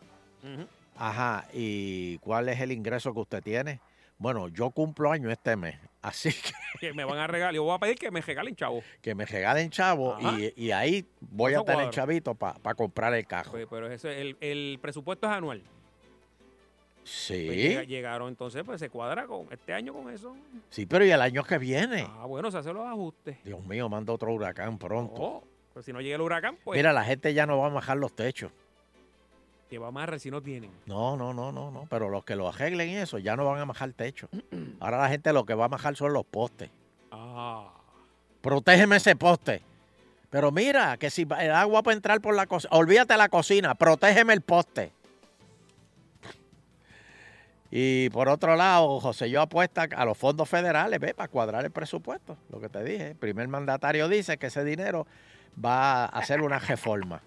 S4: Ujú.
S5: Ajá, ¿y cuál es el ingreso que usted tiene? Bueno, yo cumplo año este mes, así que,
S4: Que me van a regalar. Yo voy a pedir que me regalen, chavo.
S5: que me regalen chavo
S4: Ajá.
S5: y, y ahí voy a
S4: Eso
S5: tener
S4: cuadra.
S5: chavito para comprar el cajo.
S4: Pues, pero ese, el, el presupuesto es anual.
S5: Sí,
S4: Pues llega- llegaron, entonces pues se cuadra con este año con eso.
S5: sí, pero ¿y el año que viene?
S4: Ah, bueno, se hacen los ajustes.
S5: Dios mío, manda otro huracán pronto.
S4: Oh, pero si no llega el huracán, pues
S5: Mira, la gente ya no va a bajar los techos.
S4: te va a amarrar si no tienen.
S5: No, no, no, no, no. Pero los que lo arreglen y eso ya no van a bajar techo. Ahora la gente lo que va a bajar son los postes.
S4: Ah.
S5: Protégeme ese poste. Pero mira, que si va- el agua puede entrar por la cocina, olvídate la cocina, protégeme el poste. Y por otro lado, José yo apuesta a los fondos federales, ve, para cuadrar el presupuesto, lo que te dije. El primer mandatario dice que ese dinero va a hacer una reforma.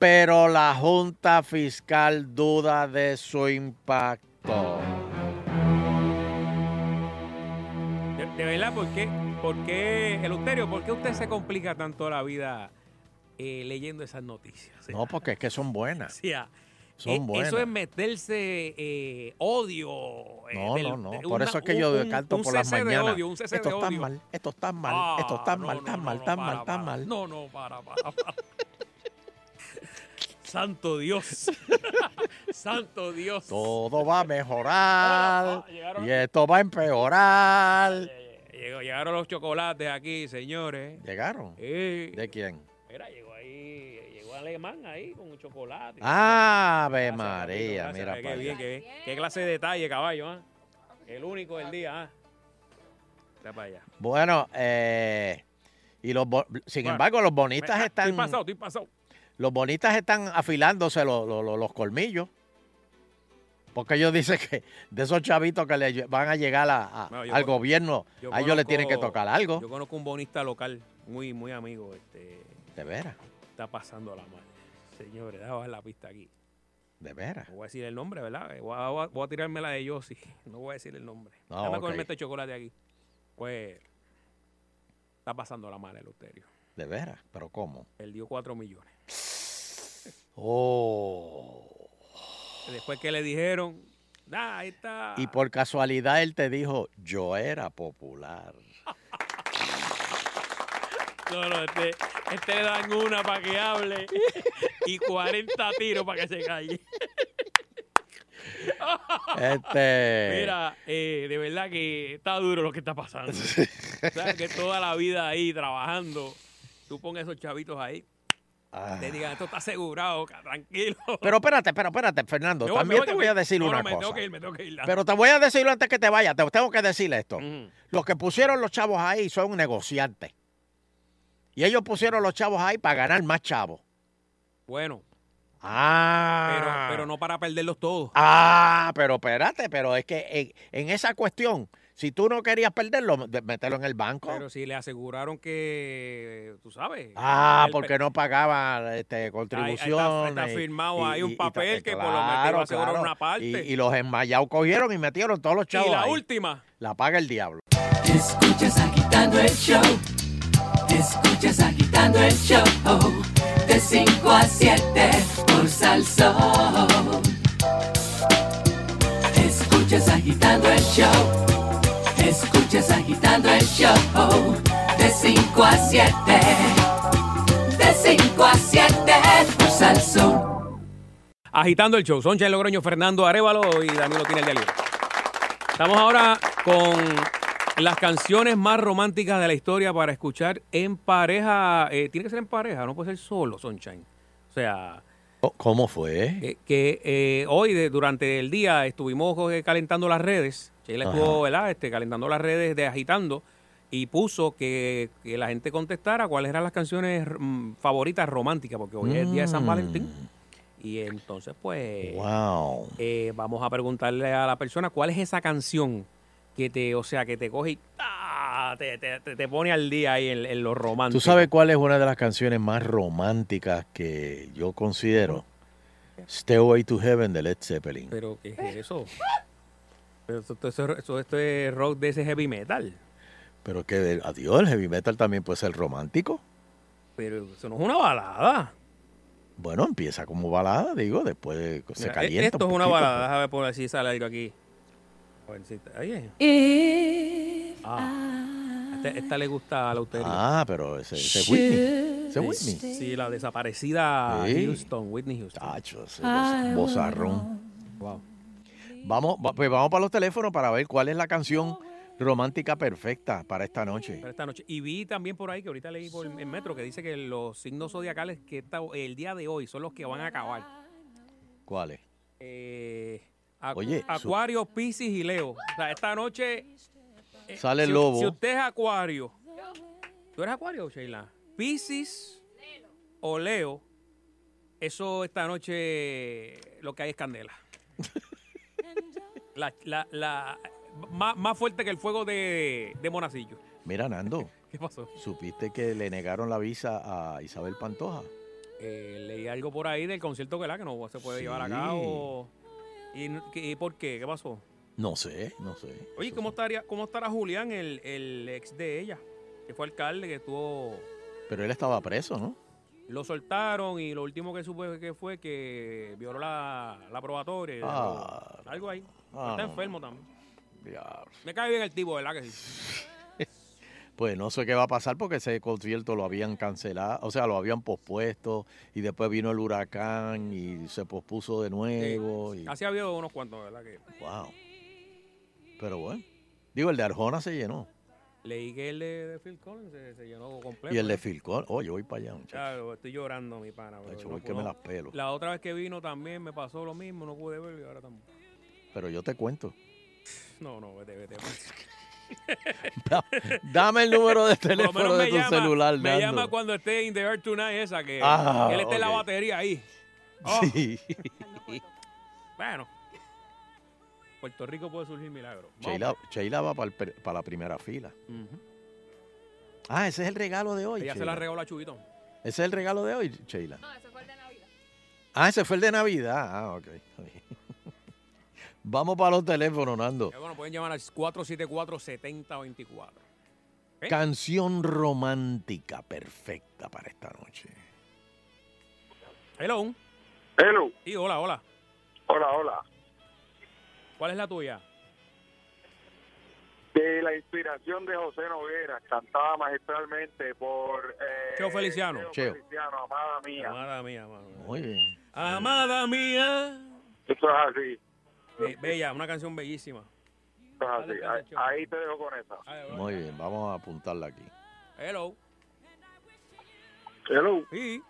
S5: Pero la Junta Fiscal duda de su impacto.
S4: De, de verdad, ¿por qué? ¿Por qué, Eleuterio, por qué usted se complica tanto la vida eh, leyendo esas noticias?
S5: No, porque es que son buenas.
S4: O sea,
S5: Son
S4: eh,
S5: buenas.
S4: Eso es meterse eh, odio. eh,
S5: No,
S4: del-
S5: no, no.
S4: de
S5: Por
S4: una-
S5: eso es que
S4: un-
S5: yo
S4: un-
S5: canto
S4: un
S5: por las
S4: cese de
S5: mañanas.
S4: odio, un cese
S5: esto
S4: de
S5: está
S4: odio.
S5: mal, esto está mal,
S4: Ah,
S5: esto está
S4: no,
S5: mal,
S4: no,
S5: tan
S4: no,
S5: mal,
S4: no,
S5: tan
S4: para,
S5: mal, tan
S4: para.
S5: mal.
S4: No, no, para, para, para. Santo Dios. Santo Dios.
S5: Todo va a mejorar
S4: Ah,
S5: y esto va a empeorar.
S4: Llegó- llegaron los chocolates aquí, señores. Eh,
S5: ¿Llegaron?
S4: Sí.
S5: ¿De quién?
S4: Mira, llegó ahí, llegó alemán ahí con un chocolate.
S5: Ave
S4: Gracias,
S5: María,
S4: Gracias,
S5: mira
S4: qué
S5: para
S4: bien,
S5: allá.
S4: qué bien. Qué clase de detalle, caballo, ¿ah? El único del día, ¿ah? Está para allá.
S5: Bueno, eh, y los bo- sin
S4: Bueno,
S5: embargo, los bonistas
S4: me- ah,
S5: están.
S4: Estoy pasado, estoy pasado.
S5: Los bonistas están afilándose los, los- los- los colmillos. Porque ellos dicen que de esos chavitos que le lle- van a llegar a- a-
S4: No, yo
S5: al
S4: con-
S5: gobierno,
S4: yo
S5: a ellos le
S4: conozco-
S5: tienen que tocar algo.
S4: Yo conozco un bonista local, muy, muy amigo. Este,
S5: De veras,
S4: está pasando la madre. Señores, déjame bajar la pista aquí.
S5: de veras.
S4: No voy a decir el nombre, ¿verdad? Eh, Voy a, voy a- voy a tirarme la de Yossi. No voy a decir el nombre.
S5: No,
S4: Déjame
S5: Ah, ok.
S4: comerme este chocolate aquí. Pues, está pasando la madre el uterio.
S5: De veras, pero ¿cómo?
S4: Él dio 4 millones.
S5: Oh.
S4: Después que le dijeron, nah, ahí está.
S5: Y por casualidad él te dijo, yo era popular.
S4: No, no, este, este le dan una para que hable y 40 tiros para que se calle.
S5: Este.
S4: Mira, eh, de verdad que está duro lo que está pasando. O sea, que toda la vida ahí trabajando, tú pones esos chavitos ahí,
S5: Ah.
S4: te digan, esto está asegurado, ca- tranquilo.
S5: Pero espérate, pero espérate, Fernando.
S4: Me voy, me
S5: también
S4: voy,
S5: te
S4: me
S5: voy a
S4: voy.
S5: decir
S4: No, no,
S5: una
S4: me
S5: cosa.
S4: tengo que ir, me tengo que ir.
S5: Pero te voy a decirlo antes que te vayas. Te tengo que decir esto. Los que pusieron los chavos ahí son negociantes. Y ellos pusieron los chavos ahí para ganar más chavos.
S4: Bueno, pero,
S5: Ah.
S4: pero no para perderlos todos.
S5: Ah, pero espérate, pero es que en, en esa cuestión, si tú no querías perderlo, de- mételo en el banco.
S4: Pero si le aseguraron que, tú sabes.
S5: ah,
S4: el pe-
S5: porque no pagaba este,
S4: Ahí- ahí está-
S5: contribuciones.
S4: está,
S5: y-
S4: firmado
S5: y-
S4: ahí
S5: y-
S4: un
S5: y-
S4: papel que por lo menos
S5: claro,
S4: va a asegurar
S5: claro.
S4: una parte.
S5: Y,
S4: Y,
S5: y los enmayados cogieron y metieron todos los chavos
S4: la
S5: ahí.
S4: última.
S5: La paga el diablo.
S3: Escuchas agitando el show. Escuchas agitando el show. De 5 a 7 por Salsón. Escuchas agitando el show. Escuchas agitando el show. De 5 a 7. De 5 a 7 por Salsón.
S4: Agitando el show. Soncha Logroño, Fernando Arevalo y Danilo tiene el día libre. Estamos ahora con las canciones más románticas de la historia para escuchar en pareja. Eh, tiene que ser en pareja, no puede ser solo, Sunshine. O sea,
S5: Oh, ¿Cómo fue?
S4: que, que, eh, hoy de- durante el día estuvimos eh, calentando las redes. Sheila
S5: Ajá.
S4: estuvo ¿verdad? Este, calentando las redes de agitando y puso que, que la gente contestara cuáles eran las canciones mm, favoritas románticas, porque hoy es el día de San
S5: Mm.
S4: Valentín. Y entonces, pues,
S5: Wow.
S4: eh, vamos a preguntarle a la persona cuál es esa canción que te, o sea, que te coge y ¡ah! te, te- te- te pone al día ahí en, en lo romántico.
S5: ¿Tú sabes cuál es una de las canciones más románticas que yo considero? Stairway to Heaven de Led Zeppelin.
S4: Pero, ¿qué es eso? Pero esto, esto- esto- esto- esto es rock de ese heavy metal.
S5: Pero que, adiós, el heavy metal también puede ser romántico.
S4: Pero eso no es una balada.
S5: Bueno, empieza como balada, digo, después se
S4: Mira, e-
S5: calienta.
S4: Esto
S5: un
S4: es una
S5: poquito, pues.
S4: balada. Déjame poner así, sale algo aquí. A ver si está- ahí es. Ah, esta, esta le gusta a la usted.
S5: Ah, pero ese, ese es Whitney. Ese es Whitney.
S4: Sí, la desaparecida
S5: Sí.
S4: Houston, Whitney Houston.
S5: ese boza- bozarrón.
S4: Wow.
S5: Vamos, va- pues vamos para los teléfonos para ver cuál es la canción romántica perfecta para esta noche.
S4: Para esta noche. Y vi también por ahí que ahorita leí por el metro que dice que los signos zodiacales que esta- el día de hoy son los que van a acabar.
S5: ¿Cuál es?
S4: Eh, acu-
S5: Oye, su-
S4: Acuario, Piscis y Leo. O sea, esta noche. eh,
S5: Sale
S4: si-
S5: Lobo.
S4: Si usted es Acuario. ¿Tú eres Acuario, Sheila? Piscis o Leo. Eso esta noche lo que hay es candela. la, la- la- más, más fuerte que el fuego de, de Monacillo.
S5: Mira, Nando,
S4: ¿Qué pasó?
S5: ¿supiste que le negaron la visa a Isabel Pantoja?
S4: Eh, leí algo por ahí del concierto que la que no se puede llevar a
S5: Sí.
S4: cabo. ¿Y, n- qué- y por qué? ¿Qué pasó?
S5: No sé, no sé.
S4: Oye, ¿cómo estaría, cómo estará Julián, el, el ex de ella? Que fue alcalde, que estuvo.
S5: Pero él estaba preso, ¿no?
S4: Lo soltaron y lo último que supe que fue que violó la, la probatoria.
S5: Ah.
S4: algo ahí.
S5: Ah,
S4: Está
S5: no.
S4: enfermo también.
S5: Diablo.
S4: Me cae bien el tipo, ¿verdad? Que sí.
S5: Pues no sé qué va a pasar porque ese concierto lo habían cancelado, o sea, lo habían pospuesto y después vino el huracán y se pospuso de nuevo. y-
S4: Así ha habido unos cuantos, ¿verdad? Que
S5: wow. Pero bueno, digo, el de Arjona se llenó
S4: leí que el de, de Phil Collins se, se llenó completo.
S5: y el de
S4: ¿eh?
S5: Phil Collins, oh, yo voy para allá, muchacho.
S4: Claro, estoy llorando, mi pana. bro.
S5: Chacho,
S4: No
S5: voy que me
S4: puedo-
S5: las pelo.
S4: La otra vez que vino también me pasó lo mismo, no pude verlo y ahora tampoco.
S5: Pero yo te cuento.
S4: No, no, vete, vete. vete.
S5: Da- Dame el número de
S4: Por lo menos
S5: teléfono
S4: me
S5: de tu
S4: llama-
S5: celular,
S4: Me
S5: Nando.
S4: llama cuando esté in the air tonight esa, que
S5: Ah,
S4: que él esté en la
S5: ok.
S4: batería ahí. Oh.
S5: Sí.
S4: Bueno. Puerto Rico puede surgir milagro. Vamos.
S5: Sheila, Sheila va para, la primera fila.
S4: Ujú.
S5: Ah, ese es el regalo de hoy.
S4: Ella se
S5: Sheila. Oh.
S4: la regaló a Chubito.
S5: Ese es el regalo de hoy, Sheila.
S6: No, ese fue el de Navidad.
S5: Ah, ese fue el de Navidad. Ah, ok. está bien. Vamos para los teléfonos, Nando.
S4: Eh, bueno, pueden llamar al 474-7024. ¿Eh?
S5: Canción romántica perfecta para esta noche.
S4: Hello.
S16: Hello.
S4: Y hola, hola.
S16: Hola, hola.
S4: ¿Cuál es la tuya?
S16: De la inspiración de José Noguera, cantada magistralmente por eh,
S4: Cheo Feliciano.
S5: Cheo.
S16: Feliciano, amada mía.
S4: Amada mía, amada mía.
S5: Muy bien.
S4: Amada mía.
S16: Esto es así.
S4: Be- Bella, una canción bellísima.
S16: esto es así.
S4: Dale,
S16: Ahí, ahí te dejo con esa.
S4: Oh,
S5: Muy bien, vamos a apuntarla aquí.
S4: Hello.
S16: Hello.
S4: Sí.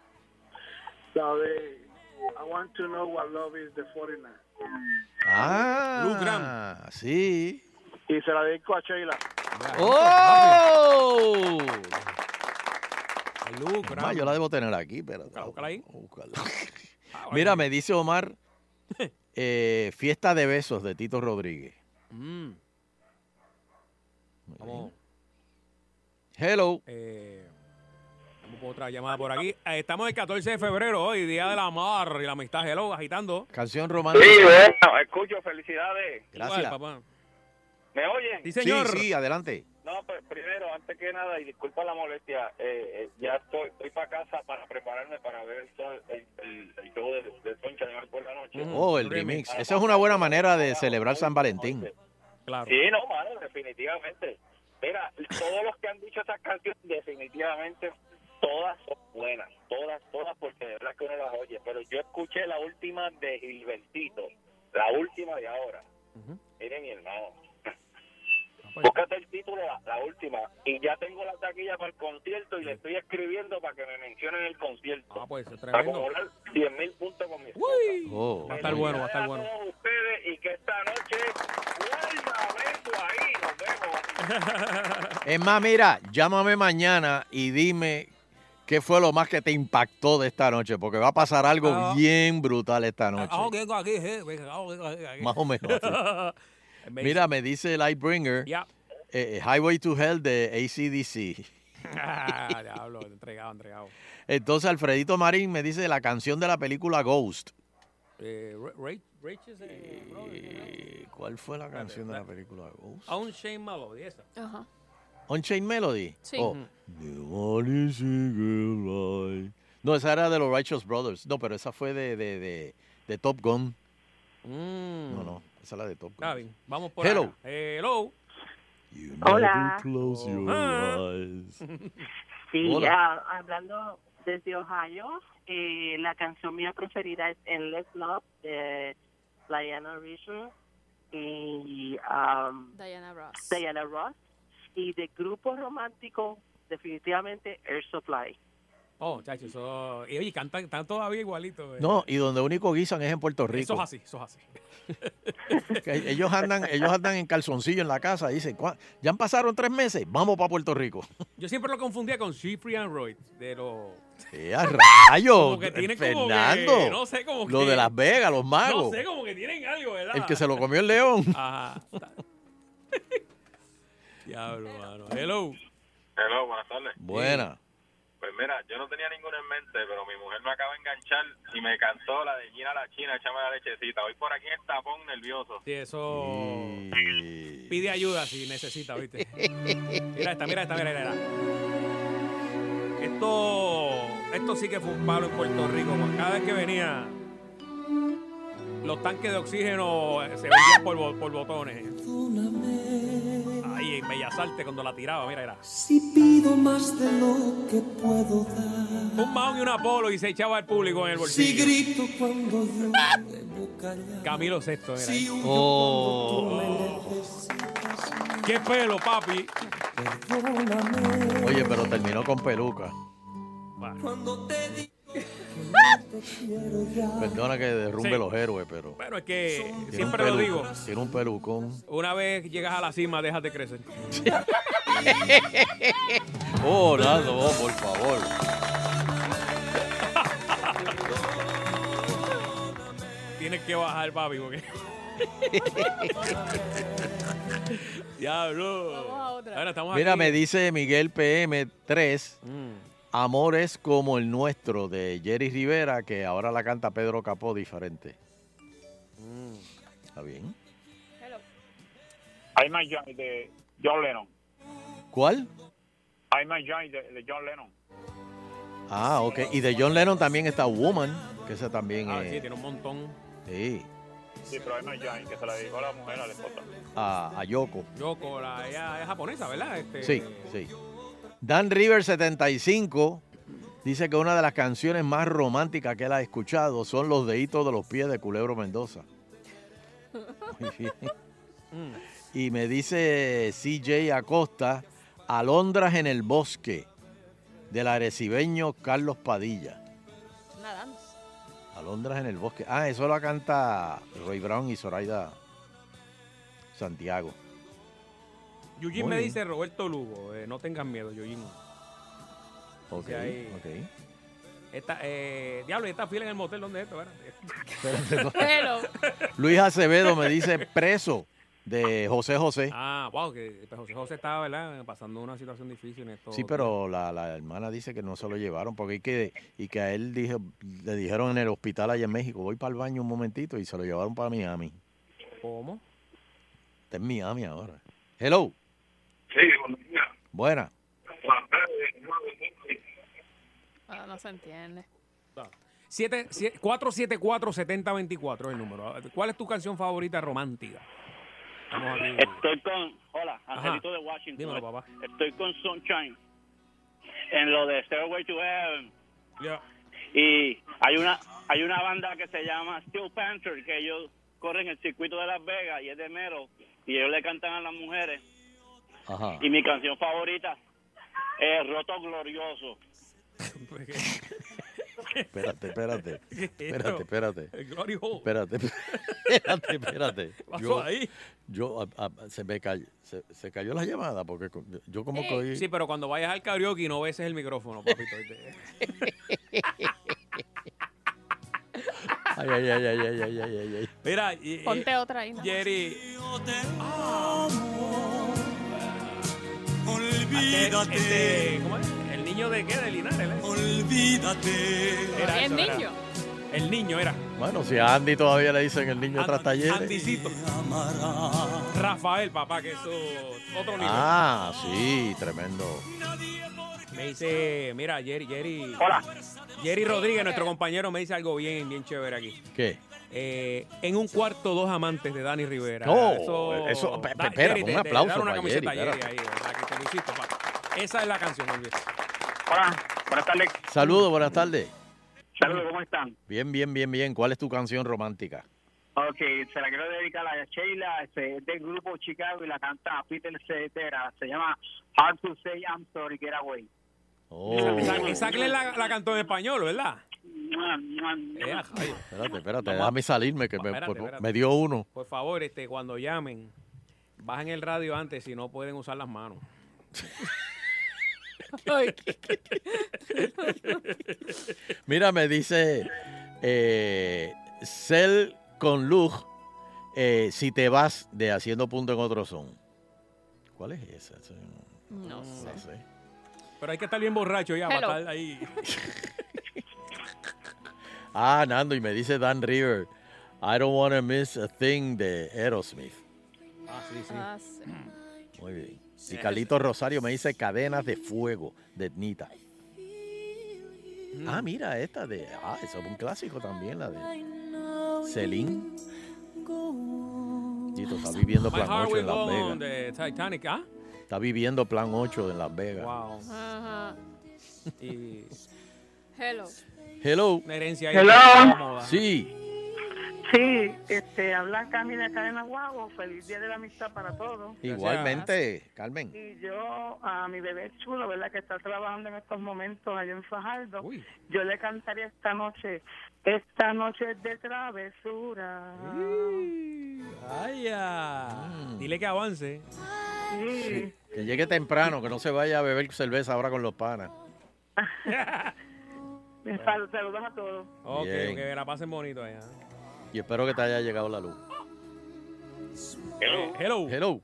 S17: La de I want to know what love is the foreigner.
S5: Ah,
S17: Luz
S5: sí.
S17: Y se la dedico a Sheila.
S5: ¡Oh!
S4: Luz
S5: Es más, yo la debo tener aquí, pero.
S4: Búscala ahí.
S5: Mira, me dice Omar, eh, fiesta de besos de Tito Rodríguez.
S4: Mm. Vamos.
S5: Hello.
S4: Eh, vamos por otra llamada por aquí. Eh, Estamos el 14 de febrero hoy, Día del Amor y la Amistad. Hello, agitando.
S5: Canción romántica.
S9: bueno, escucho, felicidades.
S5: Gracias.
S4: Igual, papá.
S9: ¿Me oyen?
S4: Sí, señor.
S5: Sí, sí, adelante.
S9: No, pues primero, antes que nada, y disculpa la molestia, eh, eh, ya estoy, estoy para casa para prepararme para ver el, sol- el, el- el show de, de Soncha de hoy por la noche.
S4: Mm,
S5: Oh, el remix. Esa es una buena manera de celebrar San Valentín.
S4: Claro.
S9: Sí, no, mano, definitivamente. Mira, todos los que han dicho esas canciones, definitivamente todas son buenas, todas, todas, porque de verdad que uno las oye. Pero yo escuché la última de Gilbertito, la última de ahora. Miren, mi hermano.
S4: Ah, pues.
S9: Búscate el título, la, la última, y ya tengo la taquilla para el concierto y le estoy escribiendo para que me mencionen el concierto.
S4: Ah, pues, es
S9: Para
S4: tremendo.
S9: cobrar 10 mil puntos con mi esposa.
S5: Oh,
S4: Va a estar bueno, va a estar bueno.
S9: todos ustedes y que esta noche vuelva beso ahí. Nos vemos.
S5: Es más, mira, llámame mañana y dime qué fue lo más que te impactó de esta noche, porque va a pasar algo
S4: Ah.
S5: bien brutal esta noche.
S4: Ah, ok, aquí, eh, aquí, aquí.
S5: Más o menos, Mira, me dice Lightbringer,
S4: Ya.
S5: eh, Highway to Hell de ACDC.
S4: Ah, diablo, entregado, entregado.
S5: Entonces Alfredito Marín me dice la canción de la película Ghost.
S4: Eh, Ra- Ra- Rachel's, eh,
S5: Eh, ¿Cuál fue la canción de la película Ghost?
S4: A un Shane Mallow, esa.
S6: Ajá.
S5: Unchained Melody.
S6: Sí.
S5: Oh.
S6: Ujú.
S5: Nobody sing it like- No, esa era de los Righteous Brothers. No, pero esa fue de, de, de, de Top Gun. No, no, esa es la de Top Gun.
S4: Está bien, Mm. vamos por
S5: Hello.
S4: acá. Hello.
S10: Hola.
S4: Ah.
S10: Sí,
S5: Hola.
S10: ah, hablando desde Ohio, eh, la canción mía preferida es Endless Love de Diana Richard y um,
S6: Diana Ross.
S10: Diana Ross. Y de grupo romántico, definitivamente Air Supply.
S4: Oh, chacho, eso... Y oye, cantan, están todavía igualitos. eh.
S5: No, y donde único guisan es en Puerto Rico.
S4: Eso es así, eso es así.
S5: Que e-, ellos andan, ellos andan en calzoncillo en la casa, dicen, "¿Cuá- ya han pasaron tres meses, vamos para Puerto Rico.
S4: Yo siempre lo confundía con Cyprian Roy, de los...
S5: Eh, a rayos!
S4: Como que tiene como que-
S5: Fernando,
S4: no sé, como
S5: lo
S4: que-
S5: de Las Vegas, los magos,
S4: No sé, como que tienen algo, ¿verdad?
S5: el que se lo comió el león.
S4: Ajá. Diablo, mano. Hello.
S1: Hello, buenas tardes.
S5: Buena.
S1: Pues mira, yo no tenía ninguna en mente, pero mi mujer me acaba de enganchar y me cantó la de Gina la China, échame la lechecita. Hoy por aquí en el tapón nervioso.
S4: Sí, eso... Pide ayuda si necesita, ¿viste? Mira esta, mira esta, mira, mira. mira. Esto, esto sí que fue un palo en Puerto Rico. man. Cada vez que venía, los tanques de oxígeno eh, se vendían por, bo- por botones. Ahí en Bellas Artes cuando la tiraba, mira, era.
S3: Si pido más de lo que puedo dar.
S4: Un maón y un apolo y se echaba al público en el
S3: Si
S4: bolsillo.
S3: grito cuando yo debo callar.
S4: Camilo Sexto, mira. ahí.
S3: huyo
S5: Oh.
S4: Oh. Qué pelo, papi.
S5: Oye, pero terminó con peluca.
S3: Cuando te digo que
S5: Perdona que derrumbe
S4: Sí.
S5: los héroes, pero.
S4: Bueno, es que
S5: tiene un
S4: siempre lo
S5: pelu-
S4: digo.
S5: Tiene un pelucón.
S4: Una vez llegas a la cima, dejas de crecer.
S5: Oh, Naldo, oh, por favor.
S4: Tienes que bajar, papi, porque. Diablo. Vamos a otra. Ahora estamos
S5: Mira,
S4: aquí.
S5: me dice Miguel PM3,
S4: Mm.
S5: Amor es como el nuestro de Jerry Rivera, que ahora la canta Pedro Capó diferente.
S4: Mm.
S5: ¿Está bien?
S9: I'm a Johnny de John Lennon.
S5: ¿Cuál?
S9: I'm a Johnny de, de John Lennon.
S5: Ah, ok. Y de John Lennon también está Woman, que esa también
S9: Ah,
S5: es.
S9: sí,
S4: tiene un montón.
S5: Sí,
S9: Sí, pero I'm a Johnny, que se la dedicó a la mujer, a la esposa.
S5: a, a Yoko.
S4: Yoko, la, Ah, ella es japonesa, ¿verdad? Este,
S5: Sí, sí. Dan River 75 dice que una de las canciones más románticas que él ha escuchado son los deditos de los pies de Culebro Mendoza. Muy bien.
S4: Mm.
S5: Y me dice CJ Acosta, Alondras en el bosque, del arecibeño Carlos Padilla.
S1: Nadando.
S5: Alondras en el bosque. Ah, eso lo canta Roy Brown y Zoraida Santiago.
S4: Yujin
S5: Muy
S4: me
S5: bien.
S4: dice Roberto Lugo, eh, no tengas miedo, Yujin.
S5: Ok,
S4: Sí, ahí.
S5: ok.
S4: Esta, eh, diablo, ¿y esta fila en el motel, ¿dónde es esto?
S5: Espérate, no. Luis Acevedo me dice preso de José José.
S4: Ah, wow, que pues, José José estaba, ¿verdad? Pasando una situación difícil en esto.
S5: Sí, pero la, la hermana dice que no se lo llevaron porque y que, y que a él dije, le dijeron en el hospital allá en México, voy para el baño un momentito y se lo llevaron para Miami.
S4: ¿Cómo?
S5: Está en Miami ahora. Hello,
S6: Sí, buenos días.
S5: buena.
S6: Buenas tardes, buenas noches.
S1: Ah, no se entiende.
S4: 474-7024 es el número. ¿Cuál es tu canción favorita romántica? Estamos aquí.
S8: Estoy con. Hola,
S4: Ajá.
S8: Angelito de Washington.
S4: Dímelo, papá.
S8: Estoy con Sunshine en lo de Stairway to Heaven.
S4: Ya.
S8: Y hay una hay una banda que se llama Steel Panther que ellos corren el circuito de Las Vegas y es de mero. Y ellos le cantan a las mujeres.
S5: Ajá.
S8: Y mi canción favorita es Roto Glorioso.
S5: Espérate, espérate.
S8: ¿Qué es
S5: Espérate,
S8: esto?
S5: espérate.
S8: El Glory Hole.
S5: Espérate, espérate, espérate.
S4: pasó ahí?
S5: Yo, a- a- se me cayó, se, se cayó la llamada porque co- yo como que oí-
S4: Sí, pero cuando vayas al karaoke no beses el micrófono, papito. Este,
S5: Ay, ay, ay, ay, ay, ay, ay, ay, ay.
S4: Mira,
S3: eh,
S4: y- y-
S1: Ponte otra ahí. ¿no?
S4: Jerry. Ah.
S3: Olvídate.
S4: Este, ¿Cómo es? ¿El niño de qué? De Linares, ¿eh? Olvídate. Era
S1: ¿El
S4: eso, era.
S1: niño?
S4: El niño era.
S5: Bueno, si a Andy todavía le dicen el niño tras talleres.
S4: Andicito. Rafael, papá, que eso. Otro niño.
S5: Ah, sí, tremendo.
S4: Me dice, mira, Jerry, Jerry. Hola. Jerry Rodríguez, nuestro compañero, me dice algo bien, bien chévere aquí.
S5: ¿Qué?
S4: Eh, en un cuarto, dos amantes de Dani Rivera.
S5: No, eso- pe- pe-
S4: Da-
S5: espera,
S4: Jerry,
S5: un
S4: te- te- te
S5: aplauso
S4: dar una
S5: para
S4: camiseta
S5: Jerry,
S4: a ahí, ¿verdad? Que te felicito, papá. Esa es la canción, muy bien.
S8: Hola, buenas tardes.
S5: Saludos, buenas tardes.
S8: Saludos, ¿cómo están?
S5: Bien, bien, bien, bien. ¿Cuál es tu canción romántica?
S8: Ok, se la quiero dedicar a Sheila, este, es del grupo Chicago y la canta Peter Cetera. Se llama Hard to Say I'm Sorry, Get Away.
S5: Oh.
S4: Isaac- Isaac le la, la cantó en español, ¿verdad? Eh, ay,
S5: Espérate, espérate, déjame salirme que me,
S4: Espérate,
S5: por-
S4: espérate.
S5: pues me dio uno.
S4: Por favor, este, cuando llamen, bajen el radio antes si no pueden usar las manos.
S5: Mira, me dice eh, Cel con luz eh, si te vas de haciendo punto en otro son. ¿Cuál es esa? Eso yo
S1: No sé.
S4: Pero hay que estar bien borracho ya
S1: Hello.
S4: para estar ahí.
S5: Ah, Nando, y me dice Dan River, I don't want to miss a thing de Aerosmith.
S4: Ah, sí, sí.
S1: Ah, sí.
S5: Muy bien. Y Carlito Rosario me dice Cadenas de Fuego de Nita.
S4: Mm.
S5: Ah, mira, esta de. Ah, eso es un clásico también, la de Celine. Tito está viviendo
S4: My
S5: Plan
S4: Heart
S5: 8
S4: Will
S5: en Las
S4: Go On
S5: Vegas.
S4: de Titanic, ¿ah?
S5: Está viviendo Plan 8 en Las Vegas.
S4: Wow.
S1: Ajá.
S4: Y
S1: Hello.
S5: Hello.
S4: una herencia ahí.
S5: Hello.
S4: incómoda.
S5: Sí.
S13: Sí, este, habla Camila Cadena Guago. Feliz Día de la Amistad para todos.
S5: Igualmente, Carmen.
S13: Y yo a mi bebé chulo, ¿verdad? Que está trabajando en estos momentos allá en Fajardo. Yo le cantaría esta noche. Esta noche es de travesura.
S4: Ay, ah.
S5: Mm.
S4: Dile que avance.
S13: Sí.
S5: Que llegue temprano, que no se vaya a beber cerveza ahora con los panas.
S13: Me sal- Saludos a todos.
S4: Ok,
S5: Bien.
S4: ok, que la pasen bonito allá.
S5: Y espero que te haya llegado la luz.
S4: Hello. Hello.
S5: Hello.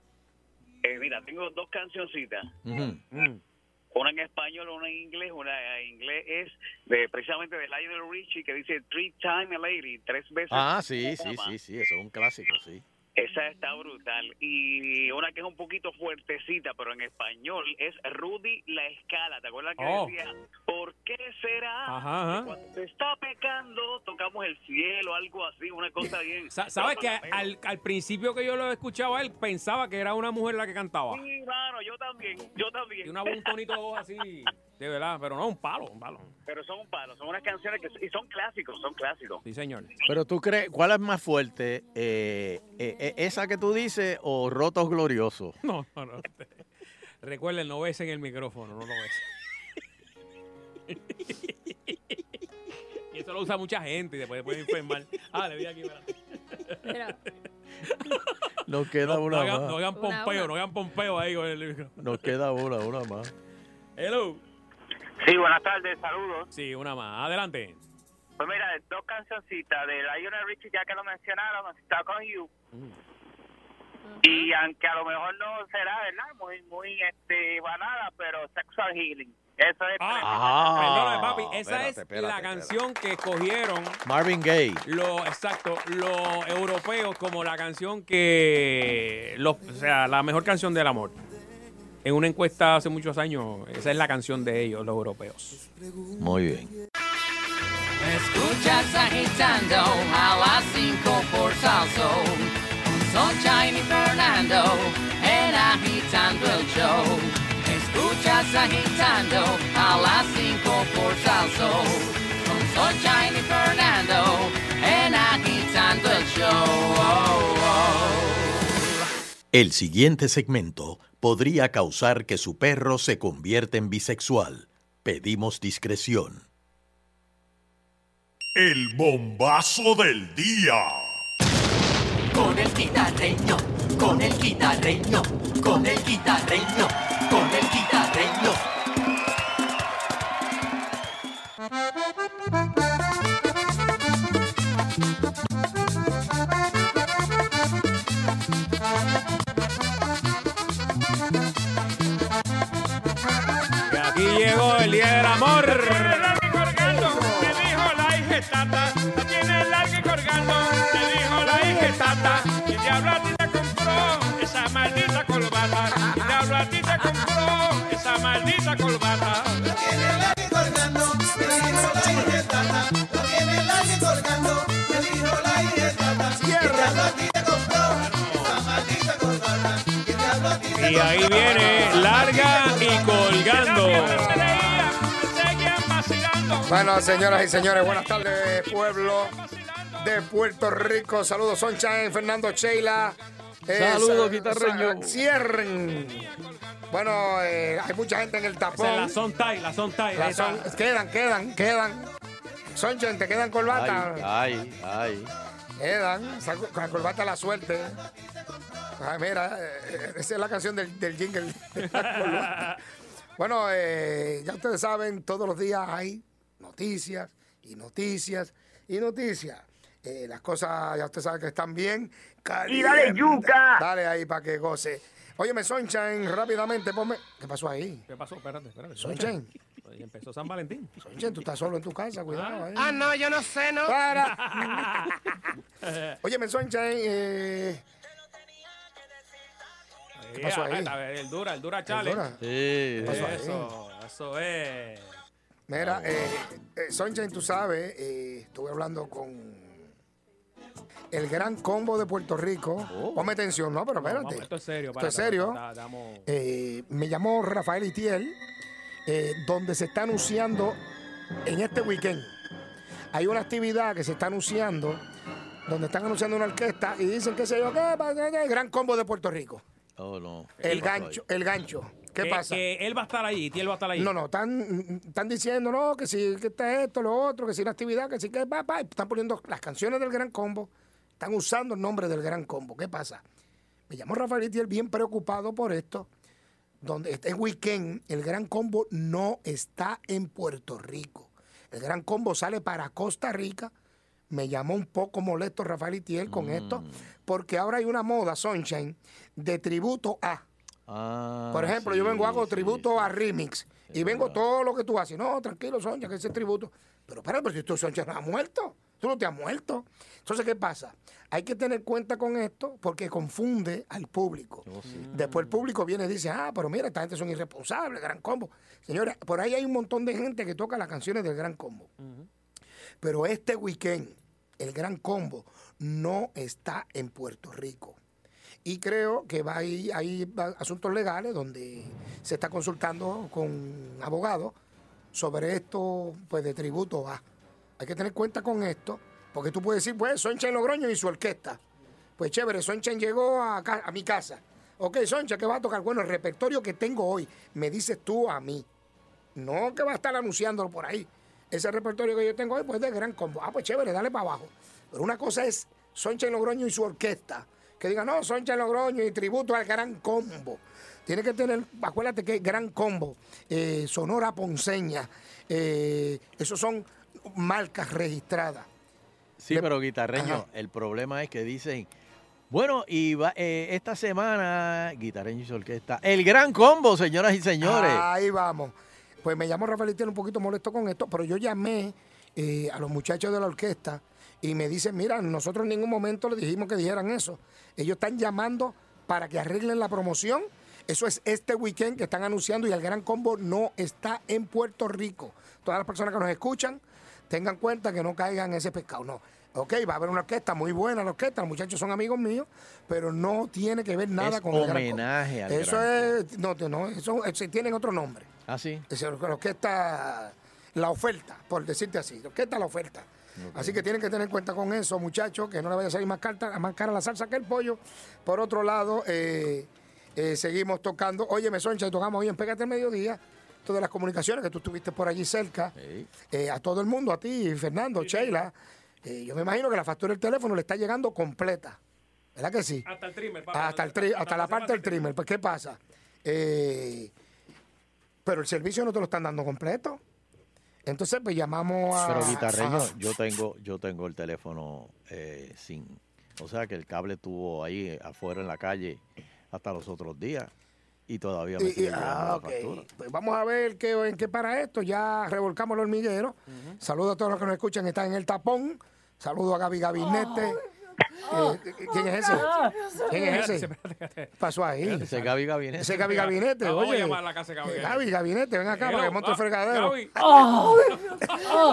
S10: Eh, mira, tengo dos cancioncitas.
S5: Ujú.
S10: Una en español, una en inglés. Una en inglés es de, precisamente de Lionel Richie que dice Three Time a Lady, tres veces.
S5: Ah, sí,
S10: una
S5: sí,
S10: dama.
S5: sí, sí, eso es un clásico, sí.
S10: Esa está brutal. Y una que es un poquito fuertecita, pero en español, es Rudy La Escala. ¿Te acuerdas que
S18: Oh.
S10: decía, ¿por qué será
S4: Ajá, ajá.
S10: que cuando se está pecando tocamos el cielo, algo así, una cosa bien?
S4: Sa- ¿Sabes que al, al principio que yo lo escuchaba, él pensaba que era una mujer la que cantaba.
S10: Sí, mano, yo también, yo también.
S4: Y una, un tonito de voz así, de verdad, pero no, un palo, un palo.
S10: Pero son un palo, son unas canciones que y son clásicos, son clásicos.
S4: Sí, señor.
S5: Pero tú crees, ¿cuál es más fuerte? Eh, eh, eh, ¿Esa que tú dices o Rotos Gloriosos?
S4: No, no, no. Recuerden, no besen el micrófono, no lo besen. y eso lo usa mucha gente y después puede enfermar. Ah, le di aquí, espérate.
S5: Nos queda
S4: No,
S5: una
S4: hagan,
S5: más.
S4: no hagan
S5: Una,
S4: pompeo,
S5: una.
S4: no hagan pompeo ahí con el micrófono.
S5: Nos queda una, una más.
S4: Hello.
S8: Sí, buenas tardes, saludos.
S4: Sí, una más. Adelante.
S8: Pues mira, dos cancioncitas de Lionel Richie, ya que lo mencionaron, Stuck on You. Y aunque a lo mejor no será, ¿verdad? Muy, muy este, banada, pero Sexual Healing. Eso es.
S4: Perdóname, papi. Esa
S5: espérate,
S4: es
S5: espérate,
S4: la
S5: espérate.
S4: canción que escogieron
S5: Marvin Gaye.
S4: los, exacto, los europeos como la canción que, los, o sea, la mejor canción del amor. En una encuesta hace muchos años, esa es la canción de ellos, los europeos.
S5: Muy bien.
S3: Escuchas agitando a las 5 por Salso. Sunshine y Fernando en agitando el show. Escuchas agitando a las 5 por Salso. Sunshine y Fernando en agitando el show.
S1: El siguiente segmento podría causar que su perro se convierta en bisexual. Pedimos discreción.
S19: El bombazo del día.
S3: Con el guitarreño, con el guitarreño, con el guitarreño, con el guitarreño.
S4: Y aquí llegó el día del amor.
S2: Me dijo la hijetata, la tiene larga y colgando. Me dijo la hijetata, y diablo a ti te compró esa maldita colbata. Y diablo a ti te compró esa maldita colbata. La tiene larga y colgando, me dijo la hijetata. La tiene larga y colgando, me dijo la hijetata. Y diablo a ti te compró esa maldita colbata. Y diablo a ti te
S4: Y ahí viene, larga y colgando.
S20: Bueno, señoras y señores, buenas tardes, pueblo de Puerto Rico. Saludos, Sunshine, Fernando Sheila.
S5: Saludos,
S20: guitarreño. Cierren. Bueno, eh, hay mucha gente en el tapón.
S4: Esa es la son tie, la son tie.
S20: La
S4: ahí está.
S20: son- quedan, quedan, quedan. Sunshine, te quedan corbata.
S5: Ay, ay.
S20: Quedan. Esa col- Eh, Con la corbata la suerte. Ay, mira, eh, esa es la canción del, del jingle. de la corbata. bueno, eh, ya ustedes saben, todos los días hay noticias y noticias y noticias. Eh, las cosas ya ustedes saben que están bien.
S2: Y dale
S20: yuca. Dale ahí para que goce. Óyeme, Sunshine, rápidamente ponme. ¿Qué pasó ahí?
S4: ¿Qué pasó? Espérate, espérate.
S20: Sunshine.
S4: Oye, Empezó San Valentín. Ah.
S20: Sunshine, tú estás solo en tu casa, cuidado. eh.
S2: Ah, no, yo no sé, ¿no?
S20: Óyeme, Sunshine, eh,
S4: ¿Qué
S20: pasó ahí?
S4: el dura, el dura challenge.
S20: Dura?
S5: Sí.
S20: pasó ahí?
S4: Eso, eso es.
S20: Mira, eh, eh, Sunshine, tú sabes, eh, estuve hablando con el gran combo de Puerto Rico. Ponme atención, no, pero
S4: No,
S20: espérate.
S4: vamos, esto es serio.
S20: Esto es
S4: espérate,
S20: serio.
S4: da- damos-
S20: Eh, me llamó Rafael Itiel, eh, donde se está anunciando en este weekend. Hay una actividad que se está anunciando donde están anunciando una orquesta y dicen que se yo, ¿qué pasa? El gran combo de Puerto Rico.
S5: Oh, no.
S20: El gancho, el gancho. ¿Qué
S4: Que-
S20: pasa?
S4: que él va a estar allí, él va a estar allí.
S20: No, no, están, están diciendo, no, que si que está esto, lo otro, que si una actividad, que si que va, va, y Están poniendo las canciones del Gran Combo, están usando el nombre del Gran Combo. ¿Qué pasa? Me llamó Rafael Itiel bien preocupado por esto. Donde este weekend el Gran Combo no está en Puerto Rico. El Gran Combo sale para Costa Rica. Me llamó un poco molesto Rafael Itiel con esto, porque ahora hay una moda, Sunshine, de tributo a. Por ejemplo, yo vengo, hago tributo a Remix y vengo todo lo que tú haces. No, tranquilo, Sonja, que ese es tributo. Pero para, pero si tú, Sonja, no has muerto. Tú no te has muerto. Entonces, ¿qué pasa? Hay que tener cuenta con esto porque confunde al público. Después el público viene y dice, ah, pero mira, esta gente son irresponsables, Gran Combo. Señores, por ahí hay un montón de gente que toca las canciones del Gran Combo. Pero este weekend, el Gran Combo no está en Puerto Rico. Y creo que va ahí, hay va- asuntos legales donde se está consultando con abogados sobre esto pues de tributo a. Hay que tener cuenta con esto, porque tú puedes decir, pues, Sonchen Logroño y su orquesta. Pues chévere, Sonchen llegó a, ca- a mi casa. Ok, Soncha, ¿qué va a tocar? Bueno, el repertorio que tengo hoy, me dices tú a mí. No que va a estar anunciándolo por ahí. Ese repertorio que yo tengo hoy, pues de gran combo. Ah, pues chévere, dale para abajo. Pero una cosa es Soncha y Logroño y su orquesta. Que digan, no, Soncha y Logroño y tributo al gran combo. Tiene que tener, acuérdate que gran combo, eh, Sonora Ponceña, eh, esos son marcas registradas.
S5: Sí, pero guitarreño, el problema es que dicen, bueno, y va- eh, esta semana, guitarreño y su orquesta, el gran combo, señoras y señores.
S20: Ahí vamos. Pues me llamó Rafael y tiene un poquito molesto con esto, pero yo llamé eh, a los muchachos de la orquesta y me dicen, mira, nosotros en ningún momento le dijimos que dijeran eso. Ellos están llamando para que arreglen la promoción. Eso es este weekend que están anunciando y el Gran Combo no está en Puerto Rico. Todas las personas que nos escuchan, tengan cuenta que no caigan en ese pescado, no. Ok, va a haber una orquesta muy buena, la orquesta, los muchachos son amigos míos, pero no tiene que ver nada
S5: Es
S20: con el Gran Combo.
S5: homenaje al
S20: Eso
S5: Gran
S20: es, no, te- no, eso eh, sí, tienen otro nombre.
S5: Ah, sí.
S20: Es el- la orquesta, la oferta, por decirte así, la orquesta la oferta. Así que tienen que tener cuenta con eso, muchachos, que no le vaya a salir más, carta, más cara la salsa que el pollo. Por otro lado, eh, eh, seguimos tocando. Oye, me soncha, y tocamos hoy en Pégate al Mediodía. Todas las comunicaciones que tú estuviste por allí cerca. Eh, a todo el mundo, a ti, Fernando, Sheila. Eh, yo me imagino que la factura del teléfono le está llegando completa. ¿Verdad que sí?
S21: Hasta el trimmer, papá.
S20: hasta, el tri- hasta la parte del trimmer. Pues, ¿qué pasa? Eh, pero el servicio no te lo están dando completo. Entonces, pues llamamos a.
S5: Pero guitarreño,
S20: Ajá.
S5: yo tengo, yo tengo el teléfono eh, sin, o sea que el cable estuvo ahí afuera en la calle hasta los otros días y todavía me
S20: Y- y-
S5: sigue llegando
S20: ah,
S5: la
S20: ok.
S5: factura.
S20: Pues vamos a ver qué, en qué para esto. Ya revolcamos el hormiguero. Saludos a todos los que nos escuchan, están en el tapón. Saludos a Gaby Gabinete. Eh, ¿Quién es ese? ¿Quién es ese? Pasó ahí.
S5: Ese es Gaby Gabinete.
S20: Ese es Gaby Gabinete.
S5: Vamos Ah, a
S20: Oye,
S5: llamar a la casa de Gaby
S20: Eh,
S5: Gabinete.
S20: Gaby Gabinete, ven acá
S5: Hello,
S20: para que monte el
S5: ah,
S20: fregadero. Oh,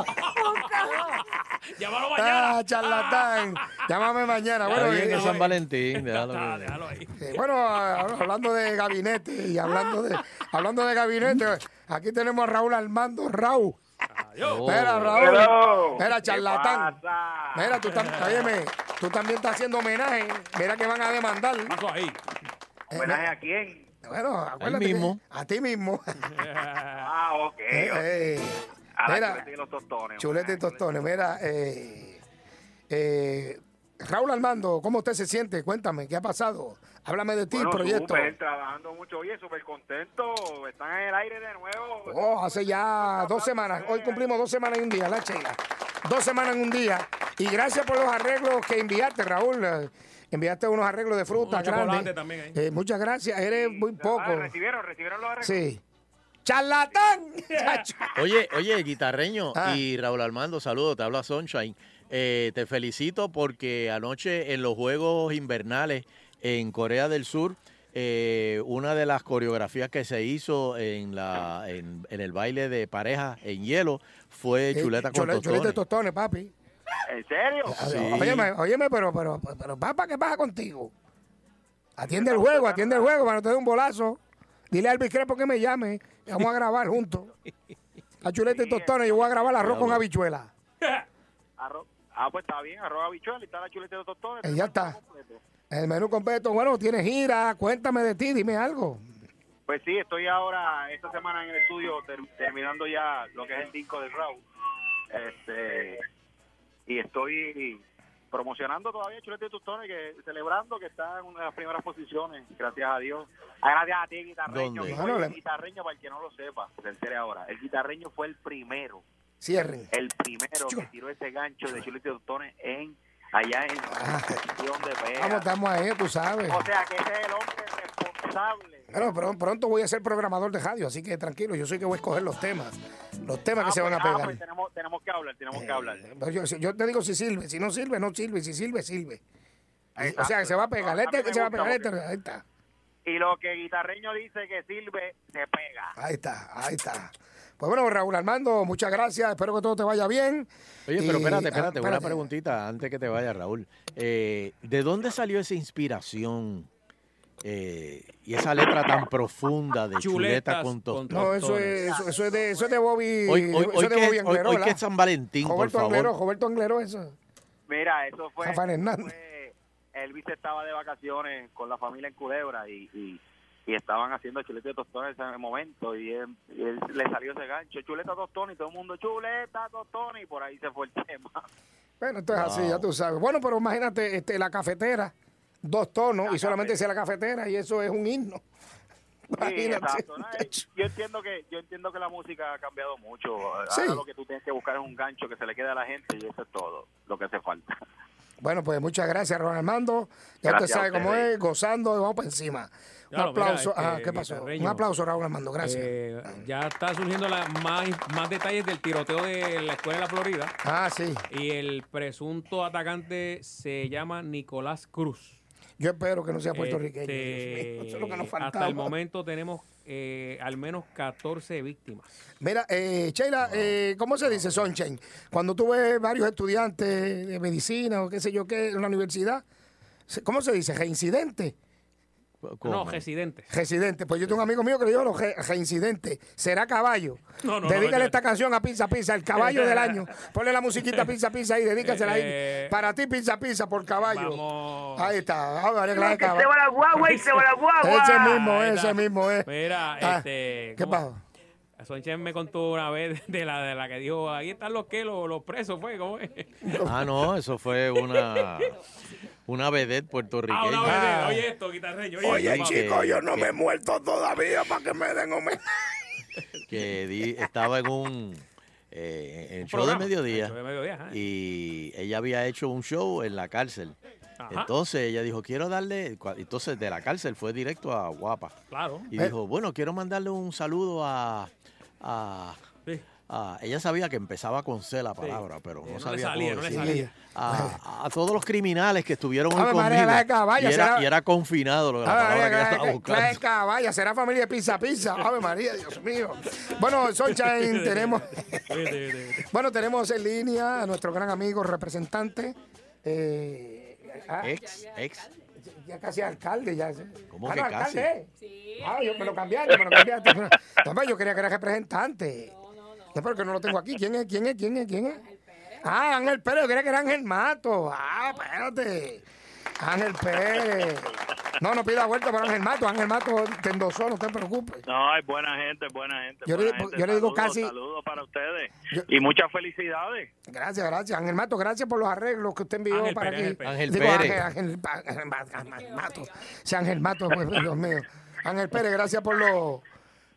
S5: Gaby.
S21: Llámalo mañana.
S20: Ah, charlatán. Llámame mañana.
S5: Ya
S20: Bueno,
S5: viene
S20: eh,
S5: San Valentín, déjalo que-
S20: eh, bueno, ah, hablando de gabinete y hablando de hablando de gabinete, aquí tenemos a Raúl Armando Raúl. Mira, Raúl. Mira, charlatán. Mira, tú, tam- óyeme, tú también estás haciendo homenaje. Mira que van a demandar. Eh,
S22: ¿Homenaje a quién?
S20: Bueno, acuérdate que-
S22: mismo.
S20: a ti mismo.
S22: ah, ok.
S20: Eh, eh,
S22: a la
S20: mira.
S22: chuleta y los tostones.
S20: Chulete y tostones. Mira, eh, eh, Raúl Armando, ¿cómo usted se siente? Cuéntame, ¿qué ha pasado? Háblame de ti,
S9: Bueno,
S20: proyecto.
S9: súper, trabajando mucho. Oye, súper contento. Están en el aire de nuevo.
S20: Oh, hace ya dos semanas. Hoy cumplimos dos semanas y un día, la chela. Dos semanas y un día. Y gracias por los arreglos que enviaste, Raúl. Eh, Enviaste unos arreglos de fruta
S21: Un chocolate
S20: grandes.
S21: también ahí.
S20: Eh, muchas gracias. Eres muy poco.
S9: Ah, recibieron, recibieron los arreglos.
S20: Sí. ¡Charlatán! Chacho.
S5: Oye, oye, guitarreño
S20: Ah.
S5: y Raúl Armando, saludos, te habla Sunshine. Eh, te felicito porque anoche en los Juegos Invernales en Corea del Sur, eh, una de las coreografías que se hizo en, la, en, en el baile de pareja en hielo fue
S20: Eh,
S5: Chuleta con
S20: chule- Chuleta de
S5: Tostones.
S20: tostones, papi.
S22: ¿En serio?
S20: Óyeme, óyeme, pero, pero, pero, papá, ¿qué pasa contigo? Atiende el juego, atiende el juego para no te dé un bolazo. Dile al Biscrepo que me llame. Vamos a grabar juntos. A Chuleta y Tostones, yo voy a grabar arroz con habichuela.
S22: Arroz,
S23: Ah, pues está bien, arroba bichuela y está la chuleta de tostones.
S20: Eh, ya está. El menú completo, bueno, tiene gira. Cuéntame de ti, dime algo.
S23: Pues sí, estoy ahora esta semana en el estudio ter- terminando ya lo que es el disco del Raw. Este, y estoy promocionando todavía Chulete de Tostones, que, celebrando que está en una de las primeras posiciones, gracias a Dios. Ah, Gracias a ti, guitarreño.
S20: ¿Dónde?
S23: Oye,
S20: Bueno, le-
S23: guitarreño, para el que no lo sepa, se entere ahora. El guitarreño fue el primero,
S20: Cierren.
S23: el primero que tiró ese gancho de Chulete de Tostones en, allá en la sección de Vega.
S20: Ah, Vamos, estamos ahí, tú sabes.
S23: O sea, que ese es el hombre responsable.
S20: Claro, pero pronto voy a ser programador de radio, así que tranquilo, yo soy que voy a escoger los temas. Los temas que se van a
S23: Ah,
S20: pegar. Eh,
S23: pues tenemos, tenemos que hablar, tenemos que hablar.
S20: No, Yo, yo te digo si sirve, si no sirve, no sirve, y si sirve, sirve.
S23: Ahí
S20: O
S23: está.
S20: sea, que se va a pegar,
S23: No,
S20: este
S23: mí
S20: que
S23: me
S20: se va a
S23: gusta
S20: pegar, este,
S23: porque-
S20: ahí está,
S23: Y lo que Guitarreño dice que sirve, se pega.
S20: ahí está, ahí está. Pues bueno, Raúl Armando, muchas gracias, espero que todo te vaya bien.
S5: Oye,
S20: Y-
S5: pero espérate,
S20: ah,
S5: espérate, una preguntita antes que te vaya, Raúl. Eh, ¿De dónde salió esa inspiración eh, y esa letra tan profunda de chuleta
S20: Chuletas
S5: con tostones?
S20: No, eso es, eso, eso es de, eso es de Bobby,
S5: Hoy, hoy,
S20: eso
S5: hoy
S20: es
S5: que,
S20: de Bobby
S5: hoy- hoy
S20: Angleró,
S5: que
S20: ¿verdad?
S5: es San Valentín, por
S20: Roberto
S5: favor.
S20: Anglero, Roberto Anglero, eso.
S23: Mira, eso fue.
S20: Rafael Hernández.
S23: fue- Elvis estaba de vacaciones con la familia en Culebra y, y, y estaban haciendo chuleta de tostones en ese momento. Y él, y él le salió ese gancho, chuleta tostones, y todo el mundo, chuleta tostones, y por ahí se fue el tema.
S20: Bueno, entonces así,
S23: Wow.
S5: Ah.
S20: ya tú sabes. Bueno, pero imagínate este, la cafetera, dos tonos, y solamente dice la cafetera, y eso es un himno.
S23: Sí,
S20: Imagínate.
S23: exacto. No, eh, Yo entiendo que yo entiendo que la música ha cambiado mucho. Ahora
S20: Sí.
S23: lo que tú tienes que buscar es un gancho que se le quede a la gente y eso es todo lo que hace falta.
S20: Bueno, pues muchas gracias, Ron Armando. Ya
S23: Gracias
S20: usted sabe
S23: a ustedes.
S20: cómo es, gozando y vamos para encima. Un
S4: Claro, mira,
S20: aplauso.
S4: este,
S20: Ajá, ¿Qué pasó?
S4: guitarreño.
S20: Un aplauso, Raúl Armando. Gracias.
S4: Eh, ya está surgiendo la- más, más detalles del tiroteo de la escuela de la Florida.
S20: Ah, sí.
S4: Y el presunto atacante se llama Nicolás Cruz.
S20: Yo espero que no sea puertorriqueño.
S4: Este,
S20: Dios mío, eso es lo que nos
S4: Hasta
S20: faltaba.
S4: el momento tenemos eh, al menos 14 víctimas.
S20: Mira, eh, Sheila, eh, ¿cómo se dice Sonchen? Cuando tú ves varios estudiantes de medicina o qué sé yo qué en la universidad, se- ¿cómo se dice? ¿Reincidente?
S4: No, residentes.
S20: Residente. Pues yo tengo un amigo mío que le digo los re- reincidentes. Será caballo.
S4: No, no,
S20: Dedícale
S4: no, yo-
S20: esta canción a Pizza Pizza, el caballo del año. Ponle la musiquita Pizza Pizza ahí, dedícasela
S4: Eh,
S20: ahí. Para ti, Pizza Pizza, por caballo. Ahí está. Ah, vale, claro,
S4: Que se
S20: caballo.
S4: va la guagua y se va la guagua.
S20: Ese mismo,
S4: Ahí
S20: ese
S4: está.
S20: mismo es.
S4: Mira,
S20: Ah,
S4: este.
S20: ¿Qué
S4: ¿cómo?
S20: pasa?
S4: Sonchen me contó una vez de la, de la que dijo, ahí están los que, los, los presos, fue, ¿cómo es?
S5: Ah, no, eso fue una, una vedette puertorriqueña.
S4: Ah, una vedette. Oye esto, guitarreño.
S5: Oye,
S4: esto,
S5: chico,
S4: papi.
S5: yo no me he muerto
S20: todavía para que me den homenaje.
S5: que di- estaba en un eh, en el show de
S4: programa,
S5: mediodía,
S4: el show de mediodía, ajá.
S5: y ella había hecho un show en la cárcel.
S4: Ajá.
S5: Entonces ella dijo, quiero darle, cua- entonces de la cárcel fue directo a Guapa.
S4: Claro.
S5: Y
S20: Eh,
S5: dijo, bueno, quiero mandarle un saludo a... a-
S4: Sí.
S5: a- ella sabía que empezaba con C la palabra, pero
S4: Eh,
S5: no,
S4: no le
S5: sabía
S4: salía,
S5: cómo
S4: no le
S5: decirlo.
S4: salía.
S5: A, a todos los criminales que estuvieron hoy
S20: Ave
S5: conmigo.
S20: María, la de caballo,
S5: y, era,
S20: será-
S5: y era confinado lo de la
S20: Ave
S5: palabra
S20: María,
S5: que ella
S20: clase-
S5: estaba buscando.
S20: clase caballa, será familia de pizza pizza. Ave María, Dios mío. Bueno, Sunshine, tenemos,
S4: Vete, vete, vete.
S20: bueno, tenemos en línea a nuestro gran amigo representante. eh, ah,
S5: Ex, ex.
S20: Ya casi alcalde, ya.
S5: ¿Cómo
S20: Ah,
S5: que
S20: no,
S5: casi?
S20: alcalde, ¿eh? Ah, yo me lo cambiaste, me lo cambiaste. No, hombre, yo quería que era representante. No, pero que no lo tengo aquí. ¿Quién es? ¿Quién es? ¿Quién es? ¿Quién es? Ah, Ángel Pérez, yo quería que era Ángel Mato. Ah, espérate. Ángel Pérez. No, no pida vuelta para Ángel Mato. Ángel Mato te endosó, no te preocupes.
S24: No, es buena gente, es buena gente.
S20: Yo le-
S24: buena gente.
S20: yo le digo
S24: Saludos,
S20: casi-
S24: Saludos para ustedes.
S20: Yo-
S24: y muchas felicidades.
S20: Gracias, gracias. Ángel Mato, gracias por los arreglos que usted envió
S24: Ángel
S20: para
S24: Pérez,
S20: aquí.
S24: Ángel
S20: Digo,
S24: Pérez.
S20: Ángel, Ángel- Ángel Ma- Ángel Mato. Sí, Ángel Mato, pues, Dios mío. Ángel Pérez, gracias por los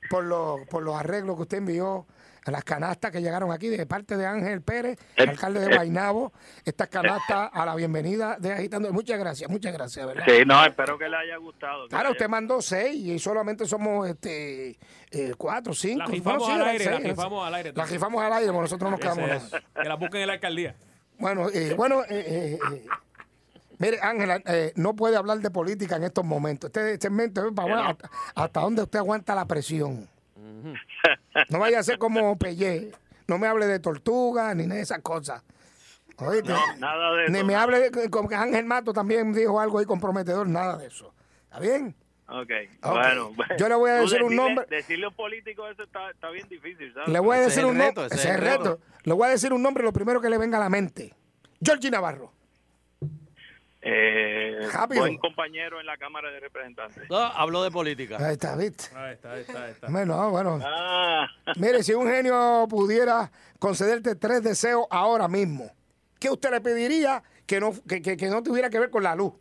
S20: por los por los arreglos que usted envió a las canastas que llegaron aquí de parte de Ángel Pérez, alcalde de Guaynabo. Estas canastas a la bienvenida de Agitando. Muchas gracias, muchas gracias, ¿verdad?
S24: Sí, no, espero que les haya gustado.
S20: Claro, usted mandó seis y solamente somos este eh, cuatro, cinco.
S4: La
S20: Bueno,
S4: rifamos
S20: sí,
S4: al
S20: eran
S4: aire, la
S20: seis, eran
S4: rifamos
S20: seis.
S4: al aire.
S20: La rifamos al aire, bueno, nosotros nos quedamos. nada.
S4: Ese es. Que la busquen en la alcaldía.
S20: Bueno, eh, bueno, eh, eh, eh, mire, Ángela, eh, no puede hablar de política en estos momentos. Este segmento es para hasta, hasta dónde usted aguanta la presión. No vaya a ser como Pellé. No me hable de tortuga ni nada de esas cosas. Oíste.
S24: No, nada de
S20: ni
S24: eso.
S20: me hable de que- como que Ángel Mato también dijo algo ahí comprometedor, nada de eso. ¿Está bien?
S24: Okay.
S20: Ok.
S24: bueno.
S20: Yo le voy a
S24: Tú
S20: decir un
S24: decirle-
S20: nombre.
S24: Decirle a un político eso está, está bien difícil, ¿sabes?
S20: Le voy a decir un nombre.
S24: nombre.
S20: ese es el reto. Le voy a decir un nombre lo primero que le venga a la mente. Georgie Navarro.
S22: Eh,
S20: Rápido.
S22: buen compañero en la Cámara de Representantes.
S1: habló de política.
S20: Ahí está, ¿viste?
S4: Ahí está, ahí está, ahí está.
S20: Bueno, bueno.
S22: Ah.
S20: Mire, si un genio pudiera concederte tres deseos ahora mismo, ¿qué usted le pediría que no, que, que- que no tuviera que ver con la luz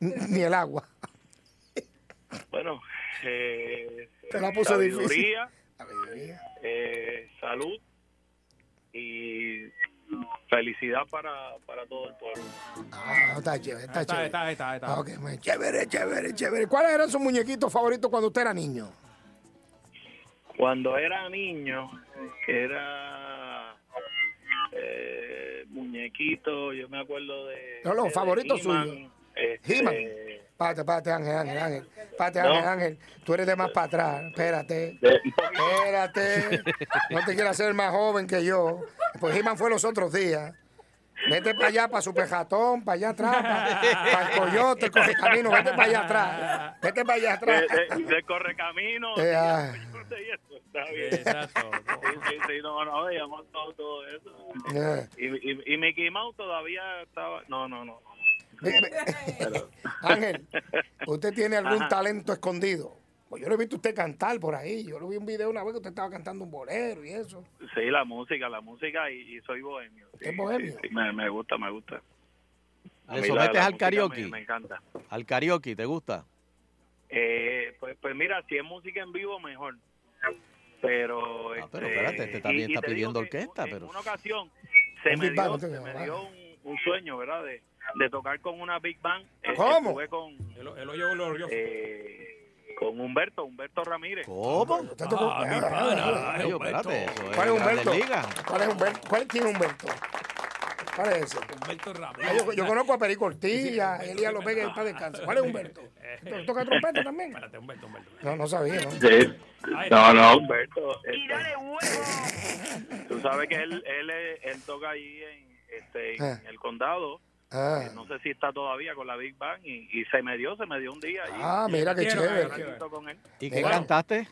S20: n- ni el agua?
S22: Bueno, eh,
S20: Te la puse difícil.
S22: sabiduría, eh, salud y felicidad para, para todo el pueblo.
S20: Ah, está chévere, está,
S22: Ahí está,
S20: chévere.
S22: ahí está, ahí está, ahí está.
S20: Ah, ok, man, chévere, chévere, chévere. ¿Cuáles eran sus muñequitos favoritos cuando usted era niño?
S22: Cuando era niño, era eh, muñequito, yo me acuerdo de...
S20: No, los
S22: de
S20: favoritos
S22: He-Man,
S20: suyos.
S22: este,
S20: He-Man. Pate, pate, Ángel, Ángel, Ángel. Pate,
S22: No.
S20: Ángel, Ángel. Tú eres de más para atrás. Espérate.
S22: De-
S20: Espérate. No te quieras hacer más joven que yo. Pues He-Man fue los otros días. Vete para allá, para Superjatón, para allá atrás, para, el Coyote, el Correcamino. Vete para allá atrás. Vete para allá atrás.
S22: de- de- de correcamino.
S20: Eh, ah.
S22: Está bien.
S20: Exacto.
S22: Sí, sí, sí, no, no, veíamos todo, todo eso.
S20: Eh.
S22: Y, y, y Mickey Mouse todavía estaba... No, no, no. eh, Pero-
S20: Ángel, ¿usted tiene algún
S22: Ajá.
S20: talento escondido? Pues yo lo he visto a usted cantar por ahí. Yo lo vi en un video una vez que usted estaba cantando un bolero y eso.
S22: Sí, la música, la música y, y soy bohemio.
S20: ¿Usted es bohemio?
S22: Sí, me, me gusta, me gusta. A
S1: ¿Le
S22: mí la-
S1: sometes
S22: la
S1: al
S22: música
S1: karaoke?
S22: Me, me encanta.
S1: Al karaoke, ¿te gusta?
S22: Eh, pues, pues mira, si es música en vivo, mejor. Pero,
S1: Ah, pero
S22: este,
S1: espérate, este
S22: y-
S1: también
S22: y
S1: está
S22: te digo
S1: pidiendo
S22: que
S1: orquesta, pero...
S22: una ocasión se
S1: Un
S22: me
S1: Big Bang,
S22: dio,
S1: no te
S22: se
S1: digo,
S22: me
S1: ¿verdad?
S22: dio un, un sueño, ¿verdad? De, de tocar con una Big Band. Eh,
S20: ¿Cómo?
S22: Estuve con, eh, con Humberto, Humberto Ramírez.
S1: ¿Cómo?
S20: Usted tocó-
S22: Ah, mi
S20: Ah,
S22: pana,
S20: ah,
S22: ay,
S20: ah.
S22: Humberto.
S20: ¿Cuál es Humberto?
S1: Grandes Ligas.
S20: ¿Cuál es Humberto? ¿Cuál tiene Humberto? ¿Cuál es ese? Humberto Ramírez. yo, yo conozco a Perico Ortiz, a Elías López, que está descanso. ¿Cuál es Humberto? ¿Usted ¿Toca trompeta también? Espérate, Humberto, Humberto. No, no sabía, ¿no?
S22: Sí.
S20: Ay,
S22: No, no,
S20: no.
S22: Humberto. este, Tú sabes que él, él, es- él toca ahí en, este, en
S20: Ah.
S22: el condado.
S20: Ah.
S22: Eh, No sé si está todavía con la Big Bang y, y se me dio, se me dio un día. allí.
S20: Ah, mira qué
S22: Quiero,
S20: chévere.
S22: ahora junto con él.
S1: ¿Y
S20: qué cantaste?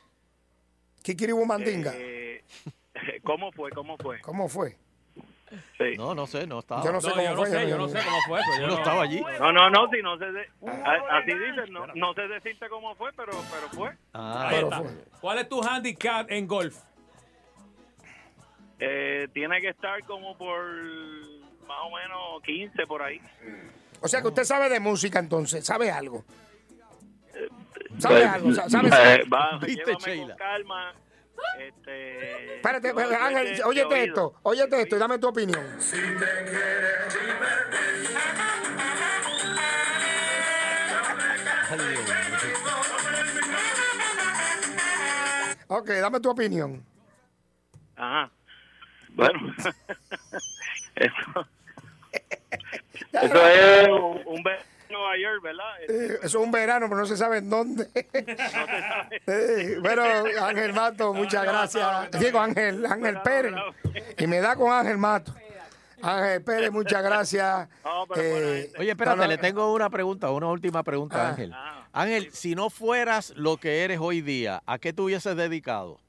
S20: Kikiribu Mandinga.
S22: Eh, ¿Cómo fue? ¿Cómo fue?
S20: ¿Cómo fue?
S1: No, no sé, no estaba.
S20: Yo no sé No, cómo yo no fue, sé, yo yo no no- sé cómo fue eso, yo
S1: Yo no
S20: no-
S1: estaba allí.
S22: No, no, no, si no sé. de- a- así dicen, no, no sé decirte cómo fue, pero, pero fue.
S1: Ah,
S18: Ahí está. ¿Cuál es tu handicap en golf?
S22: Eh, tiene que estar como por más o menos 15 por ahí.
S20: O sea que usted sabe de música entonces, sabe algo. Sabe algo, sa- sabe.
S22: Eh, va,
S20: Viste,
S22: llévame con calma. Este,
S20: Espérate,
S22: yo- yo
S20: Ángel,
S22: de- de
S20: óyete
S22: oído.
S20: esto, óyete esto y dame tu opinión. Ok, dame tu opinión.
S22: Ajá. Bueno. eso, eso es un, un verano en Nueva York, ¿verdad?
S20: Eh, eso es un verano, pero no se sabe en dónde. Eh, bueno, Ángel Mato, muchas gracias. Digo, Ángel, Ángel Pérez. Y me da con Ángel Mato. Ángel Pérez, muchas gracias. Eh,
S1: Oye, espérate,
S20: no, no,
S1: le tengo una pregunta, una última pregunta,
S20: Ah.
S1: Ángel. Ángel, si no fueras lo que eres hoy día, ¿a qué te hubieses dedicado?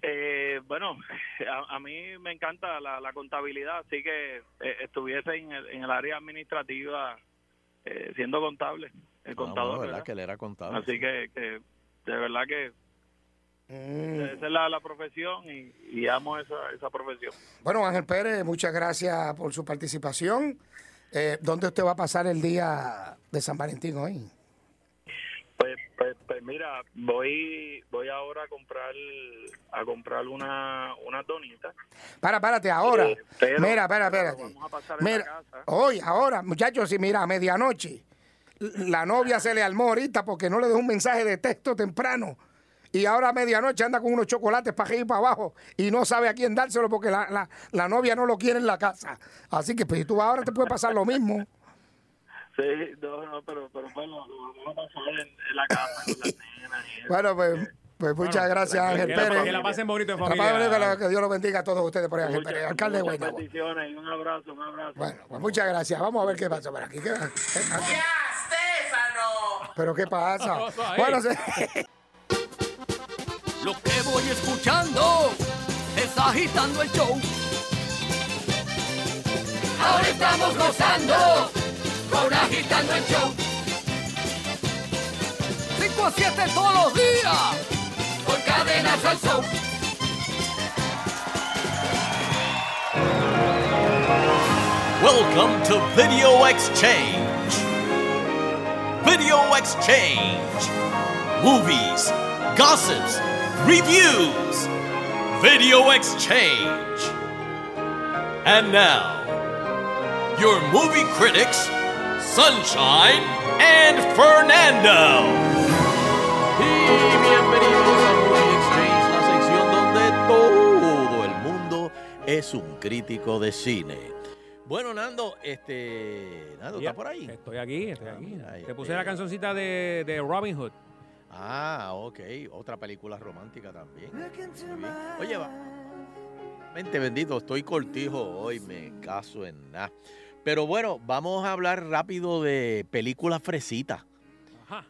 S22: Eh, bueno, a, a mí me encanta la, la contabilidad, así que eh, estuviese en el, en el área administrativa eh, siendo contable,
S5: Ah,
S22: el contador,
S1: bueno, ¿verdad?
S22: ¿verdad?
S1: Que él era contable.
S22: Así que, que de verdad que
S20: Mm.
S22: esa es la, la profesión y, y amo esa, esa profesión.
S20: Bueno, Ángel Pérez, muchas gracias por su participación. Eh, ¿Dónde usted va a pasar el día de San Valentín hoy?
S22: Pues, pues, pues mira, voy voy ahora a comprar a comprar una una donita.
S20: Para, párate, ahora.
S22: Eh, pero-
S20: mira, espera, espérate.
S22: Vamos a pasar en la
S20: Mira,
S22: casa.
S20: hoy, ahora, muchachos, si mira, a medianoche, la novia se le armó ahorita porque no le dejó un mensaje de texto temprano. Y ahora a medianoche anda con unos chocolates para arriba y para abajo y no sabe a quién dárselo porque la, la- la novia no lo quiere en la casa. Así que pues, si tú vas ahora te puede pasar lo mismo.
S22: Sí, no, no, pero, pero bueno, lo vamos a pasar en, en la casa con las nenas y eso.
S20: Bueno, pues, pues muchas gracias,
S22: que-
S20: Ángel
S22: que Eh, la-
S20: Pérez.
S22: que la pasen bonito en
S20: Que la
S22: familia.
S20: pasen bonito, que la- que Dios los bendiga a todos ustedes por ahí, Ángel
S22: Muchas-
S20: Pérez. Alcalde de
S22: muchas
S20: Guaynabo.
S22: bendiciones y un abrazo, un abrazo.
S20: Bueno, pues muchas gracias. Vamos a ver qué pasa por aquí. ¿Qué- eh,
S3: Stefano!
S20: ¿Pero qué pasa?
S3: Vamos ahí.
S20: Bueno, se...
S14: Lo que voy escuchando es agitando el show.
S3: Ahora estamos gozando con Agitando el Show. 5 a 7 todos los días por Cadena Sol Show.
S5: Welcome to Video Exchange. Video Exchange. Movies, gossips, reviews. Video Exchange. And now, your movie critics, Sunshine and Fernando. Y bienvenidos a Movie Exchange, la sección donde todo el mundo es un crítico de cine. Bueno, Nando, este. Nando, ¿está por ahí?
S4: Estoy aquí, estoy aquí. Te puse
S5: este-
S4: la cancioncita de, de Robin Hood.
S5: Ah, ok. Otra película romántica también. Muy bien. Oye, va. Vente, bendito, estoy cortijo hoy, me caso en nada. Pero bueno, vamos a hablar rápido de películas fresitas.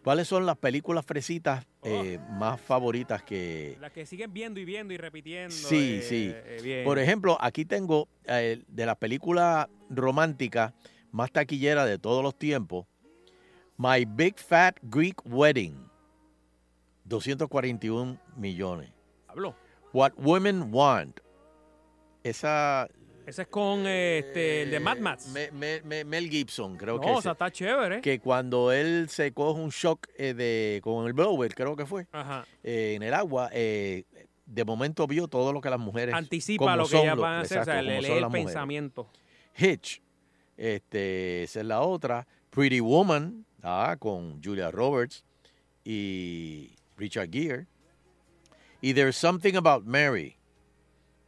S5: ¿Cuáles son las películas fresitas
S4: Oh.
S5: eh, más favoritas que,
S4: Las que siguen viendo y viendo y repitiendo.
S5: Sí,
S4: eh,
S5: sí.
S4: eh, bien.
S5: Por ejemplo, aquí tengo eh, de las películas románticas más taquillera de todos los tiempos, My Big Fat Greek Wedding, 241 millones.
S4: Habló.
S5: What Women Want, esa...
S4: Ese es con eh, este, el de Mad
S5: eh,
S4: Max.
S5: Me- me- me- Mel Gibson, creo
S4: no,
S5: que
S4: o
S5: ese.
S4: sea, está chévere.
S5: Que cuando él se coge un shock eh, de, con el blower, creo que fue,
S4: Ajá.
S5: eh, en el agua, eh, de momento vio todo lo que las mujeres...
S4: Anticipa
S5: como
S4: lo que
S5: son
S4: ellas
S5: los-
S4: van a hacer. O sea,
S5: exacto,
S4: le
S5: como
S4: lee
S5: son
S4: el
S5: las mujeres.
S4: pensamiento.
S5: Hitch, este, esa es la otra. Pretty Woman, ah, con Julia Roberts y Richard Gere. Y There's Something About Mary.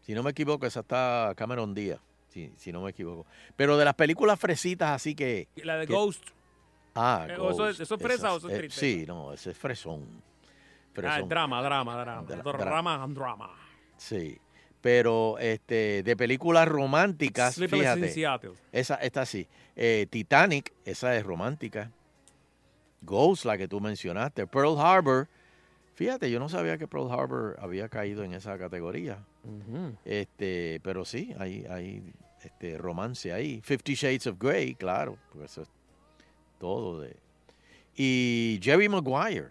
S5: Si no me equivoco, esa está Cameron Díaz. Si, si no me equivoco. Pero de las películas fresitas, así que.
S4: La de
S5: que-
S4: Ghost.
S5: Ah,
S4: Eh, o eso es-
S5: Ghost.
S4: ¿eso es fresa
S5: Esa
S4: o eso es
S5: eh,
S4: tristeza?
S5: Sí, no, ese es fresón.
S4: Ah,
S5: Fresón.
S4: drama, drama, drama.
S5: Dra-
S4: drama, drama.
S5: Sí. Pero este, de películas románticas,
S4: Sleepless in
S5: fíjate.
S4: Seattle.
S5: Esa, esta sí. Eh, Titanic, esa es romántica. Ghost, la que tú mencionaste. Pearl Harbor. Fíjate, yo no sabía que Pearl Harbor había caído en esa categoría. Este, pero sí, hay, hay este romance ahí. Fifty Shades of Grey, claro, porque eso es todo de. Y Jerry Maguire.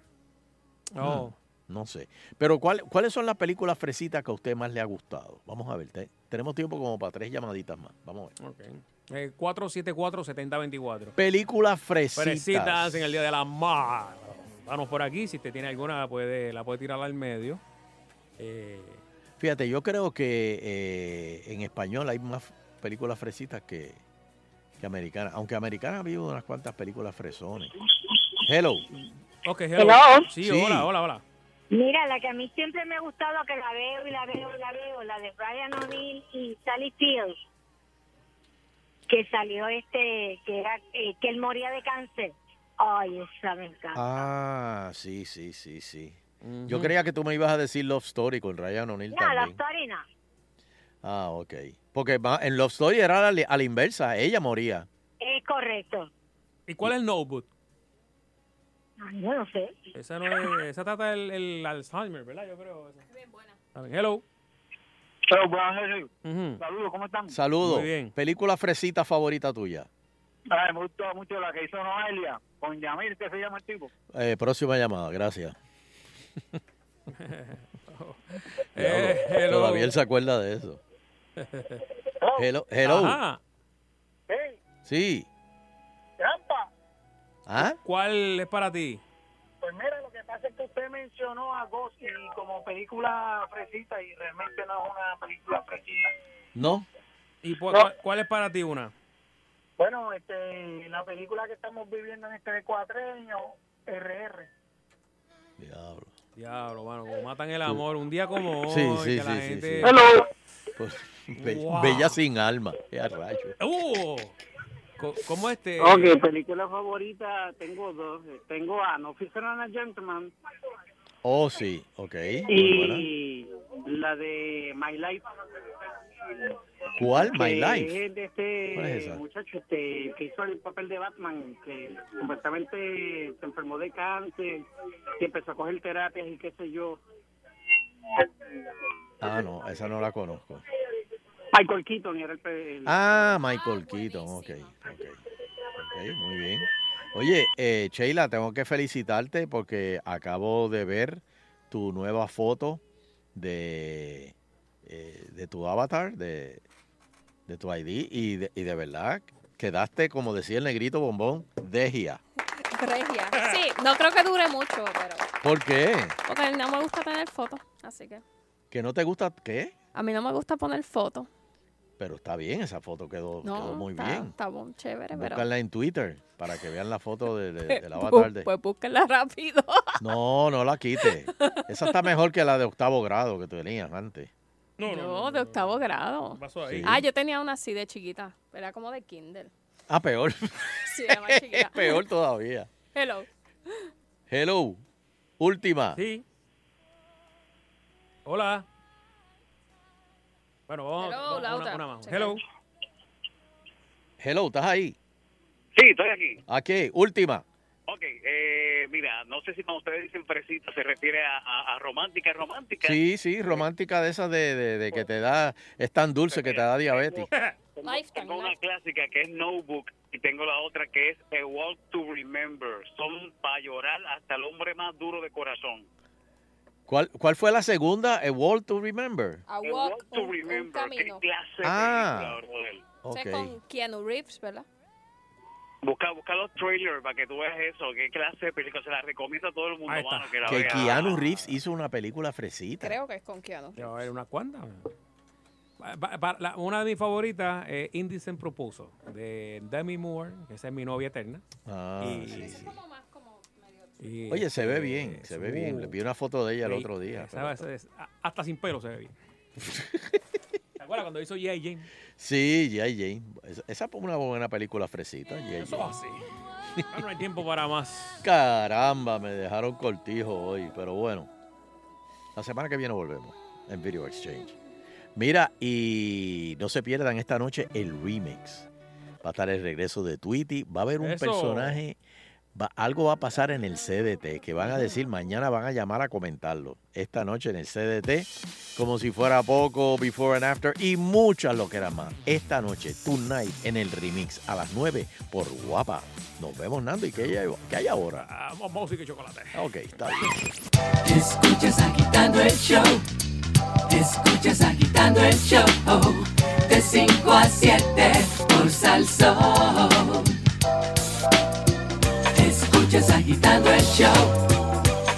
S4: Oh.
S5: Mm, no sé. Pero ¿cuál- ¿cuáles son las películas fresitas que a usted más le ha gustado? Vamos a ver. te- tenemos tiempo como para tres llamaditas más. Vamos
S4: a ver. Eh, 474-7024.
S5: Películas fresitas.
S4: Fresitas en el Día de la Mar. Vamos por aquí. Si usted tiene alguna, puede, la puede tirar al medio. Eh,
S5: Fíjate, yo creo que eh, en español hay más películas fresitas que, que americanas. Aunque americanas ha habido unas cuantas películas fresones. Hello.
S4: ok, hello.
S25: Hello.
S4: Sí,
S5: Sí.
S4: hola, hola, hola.
S25: Mira, la que a mí siempre me ha gustado, que la veo y la veo y la veo, la de Brian O'Neill y Sally Fields, que salió este, que era, eh, que él moría de cáncer. Ay, esa me encanta.
S5: Ah, sí, sí, sí, sí. Yo creía que tú me ibas a decir Love Story con Ryan O'Neill
S25: no, la
S5: también.
S25: story no.
S5: Ah, ok. Porque va- en Love Story era a la, a la inversa, ella moría.
S25: Es correcto.
S4: ¿Y cuál es el Notebook?
S25: Ay, yo no sé.
S4: Esa, no es, esa trata el, el Alzheimer, ¿verdad? Yo creo. Esa. Bien buena. Hello.
S8: Saludos, ¿cómo están?
S5: Saludos. Película fresita favorita tuya.
S8: Ay, me gustó mucho la que hizo Noelia con Yamil, que se llama el tipo.
S5: Eh, próxima llamada, gracias.
S4: Eh,
S5: Diablo,
S4: hello.
S5: Todavía él se acuerda de eso. Hello. hello.
S4: Ajá.
S5: Sí.
S26: Trampa.
S5: ¿Ah?
S4: ¿Cuál es para ti?
S26: Pues mira, lo que pasa es que usted mencionó a Ghost y como película fresita y realmente no es una película fresita.
S5: ¿No?
S4: ¿Y pu- cuál, cuál es para ti una?
S26: Bueno, este, la película que estamos viviendo en este cuatrenio, RR.
S5: Diablo.
S4: Diablo, mano, como matan el amor. Un día como hoy,
S5: Sí, sí,
S4: que la
S5: sí, sí,
S4: gente...
S5: sí. Pues, be-
S4: Wow.
S5: Bella sin alma. Qué rayo.
S4: ¡Uh! Co- ¿Cómo este?
S10: Ok, película favorita, tengo dos. Tengo a No Officer and a Gentleman
S5: Oh, sí. Ok. muy buena.
S10: y la de My Life.
S5: ¿Cuál? My
S10: que
S5: Life.
S10: es de este
S5: ¿Cuál es esa?
S10: muchacho este, que hizo el papel de Batman, que supuestamente se enfermó de cáncer, que empezó a coger terapias y qué sé yo.
S5: Ah, no, esa no la conozco.
S14: Michael Keaton era el... el-
S5: Ah, Michael Keaton, ok. Ok, Ok, muy bien. Oye, eh, Sheila, tengo que felicitarte porque acabo de ver tu nueva foto de, eh, de tu avatar, de, de tu ID, y de, y de verdad quedaste, como decía el negrito bombón, degia.
S6: Regia. Sí, no creo que dure mucho, pero.
S5: ¿Por qué?
S6: Porque no me gusta tener fotos, así que.
S5: ¿Que no te gusta qué?
S6: A mí no me gusta poner fotos.
S5: Pero está bien, esa foto quedó,
S6: No,
S5: quedó muy
S6: está,
S5: bien.
S6: Está bon- chévere, pero.
S5: Búscala en Twitter para que vean la foto de- de- del
S6: Bu-
S5: avatar de...
S6: Pues búsquenla rápido.
S5: No, no la quite. Esa está mejor que la de octavo grado que tenías antes.
S6: No, de octavo grado.
S5: pasó ahí? Sí.
S6: Ah, yo tenía una así de chiquita. Era como de kinder.
S5: Ah, peor.
S6: Sí, era más chiquita.
S5: peor todavía.
S6: Hello.
S5: Hello. Última.
S4: Sí. Hola. Bueno, vamos
S6: Hello,
S4: vamos-
S6: la
S4: una-
S6: otra.
S4: una más.
S6: Checa.
S4: Hello.
S5: Hello, ¿estás ahí?
S10: Sí, estoy aquí.
S5: Aquí, última.
S10: Ok, eh, mira, no sé si cuando ustedes dicen fresita se refiere a, a- a romántica, romántica.
S5: Sí, sí, romántica de esas de, de- de que te da, es tan dulce que te da diabetes.
S10: Tengo, tengo una clásica que es Notebook y tengo la otra que es A Walk to Remember. Son para llorar hasta el hombre más duro de corazón.
S5: ¿Cuál, cuál fue la segunda? A World to Remember.
S6: A
S10: walk, to Remember. Qué clase de
S5: Ah.
S10: película, brother.
S6: Ese es con Keanu Reeves, ¿verdad?
S10: Busca, busca los trailers para que tú veas eso. Qué clase de película. Se la recomiendo a todo el mundo, mano, que la
S5: Que
S10: vea.
S5: Keanu Reeves hizo una película fresita.
S6: Creo que es con Keanu.
S4: Debe haber unas cuantas. Pa- pa- pa- la- una de mis favoritas es Indecent Proposal de Demi Moore, que esa es mi novia eterna.
S5: Ah,
S4: Y-
S5: sí, sí.
S4: y,
S5: Oye, se ve
S4: este,
S5: bien, se ve
S4: su-
S5: bien. Le vi una foto de ella el
S4: Sí,
S5: otro día.
S4: esa- esa- esa- a- hasta sin pelo se ve bien. ¿Te acuerdas cuando hizo G.I. Jane?
S5: Sí, G.I. Jane. Esa- Esa fue una buena película fresita, G.I.
S4: Eso
S5: Jane.
S4: así. Ah, No hay tiempo para más.
S5: Caramba, me dejaron cortijo hoy, pero bueno. La semana que viene volvemos en Video Exchange. Mira, y no se pierdan esta noche el remix. Va a estar el regreso de Tweety. Va a haber un
S8: Eso.
S5: personaje. va- algo va a pasar en el CDT que van a decir mañana van a llamar a comentarlo. Esta noche en el CDT, como si fuera poco, before and after y muchas lo que era más. Esta noche, tonight en el remix a las 9 por guapa. Nos vemos, Nando. ¿Y qué hay, qué hay ahora?
S4: Ah, música y chocolate.
S5: Ok, está bien.
S3: Escuchas agitando el show. Escuchas agitando el show. De 5 a 7 por Salsón. Escuchas agitando el show.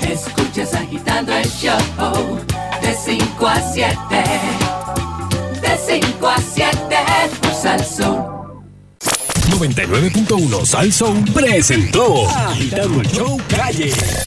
S3: Escuchas agitando el show. De 5 a 7. De 5 a 7 por Salsón.
S27: 99.1 Sal Soul presentó Agitando el Show Calle.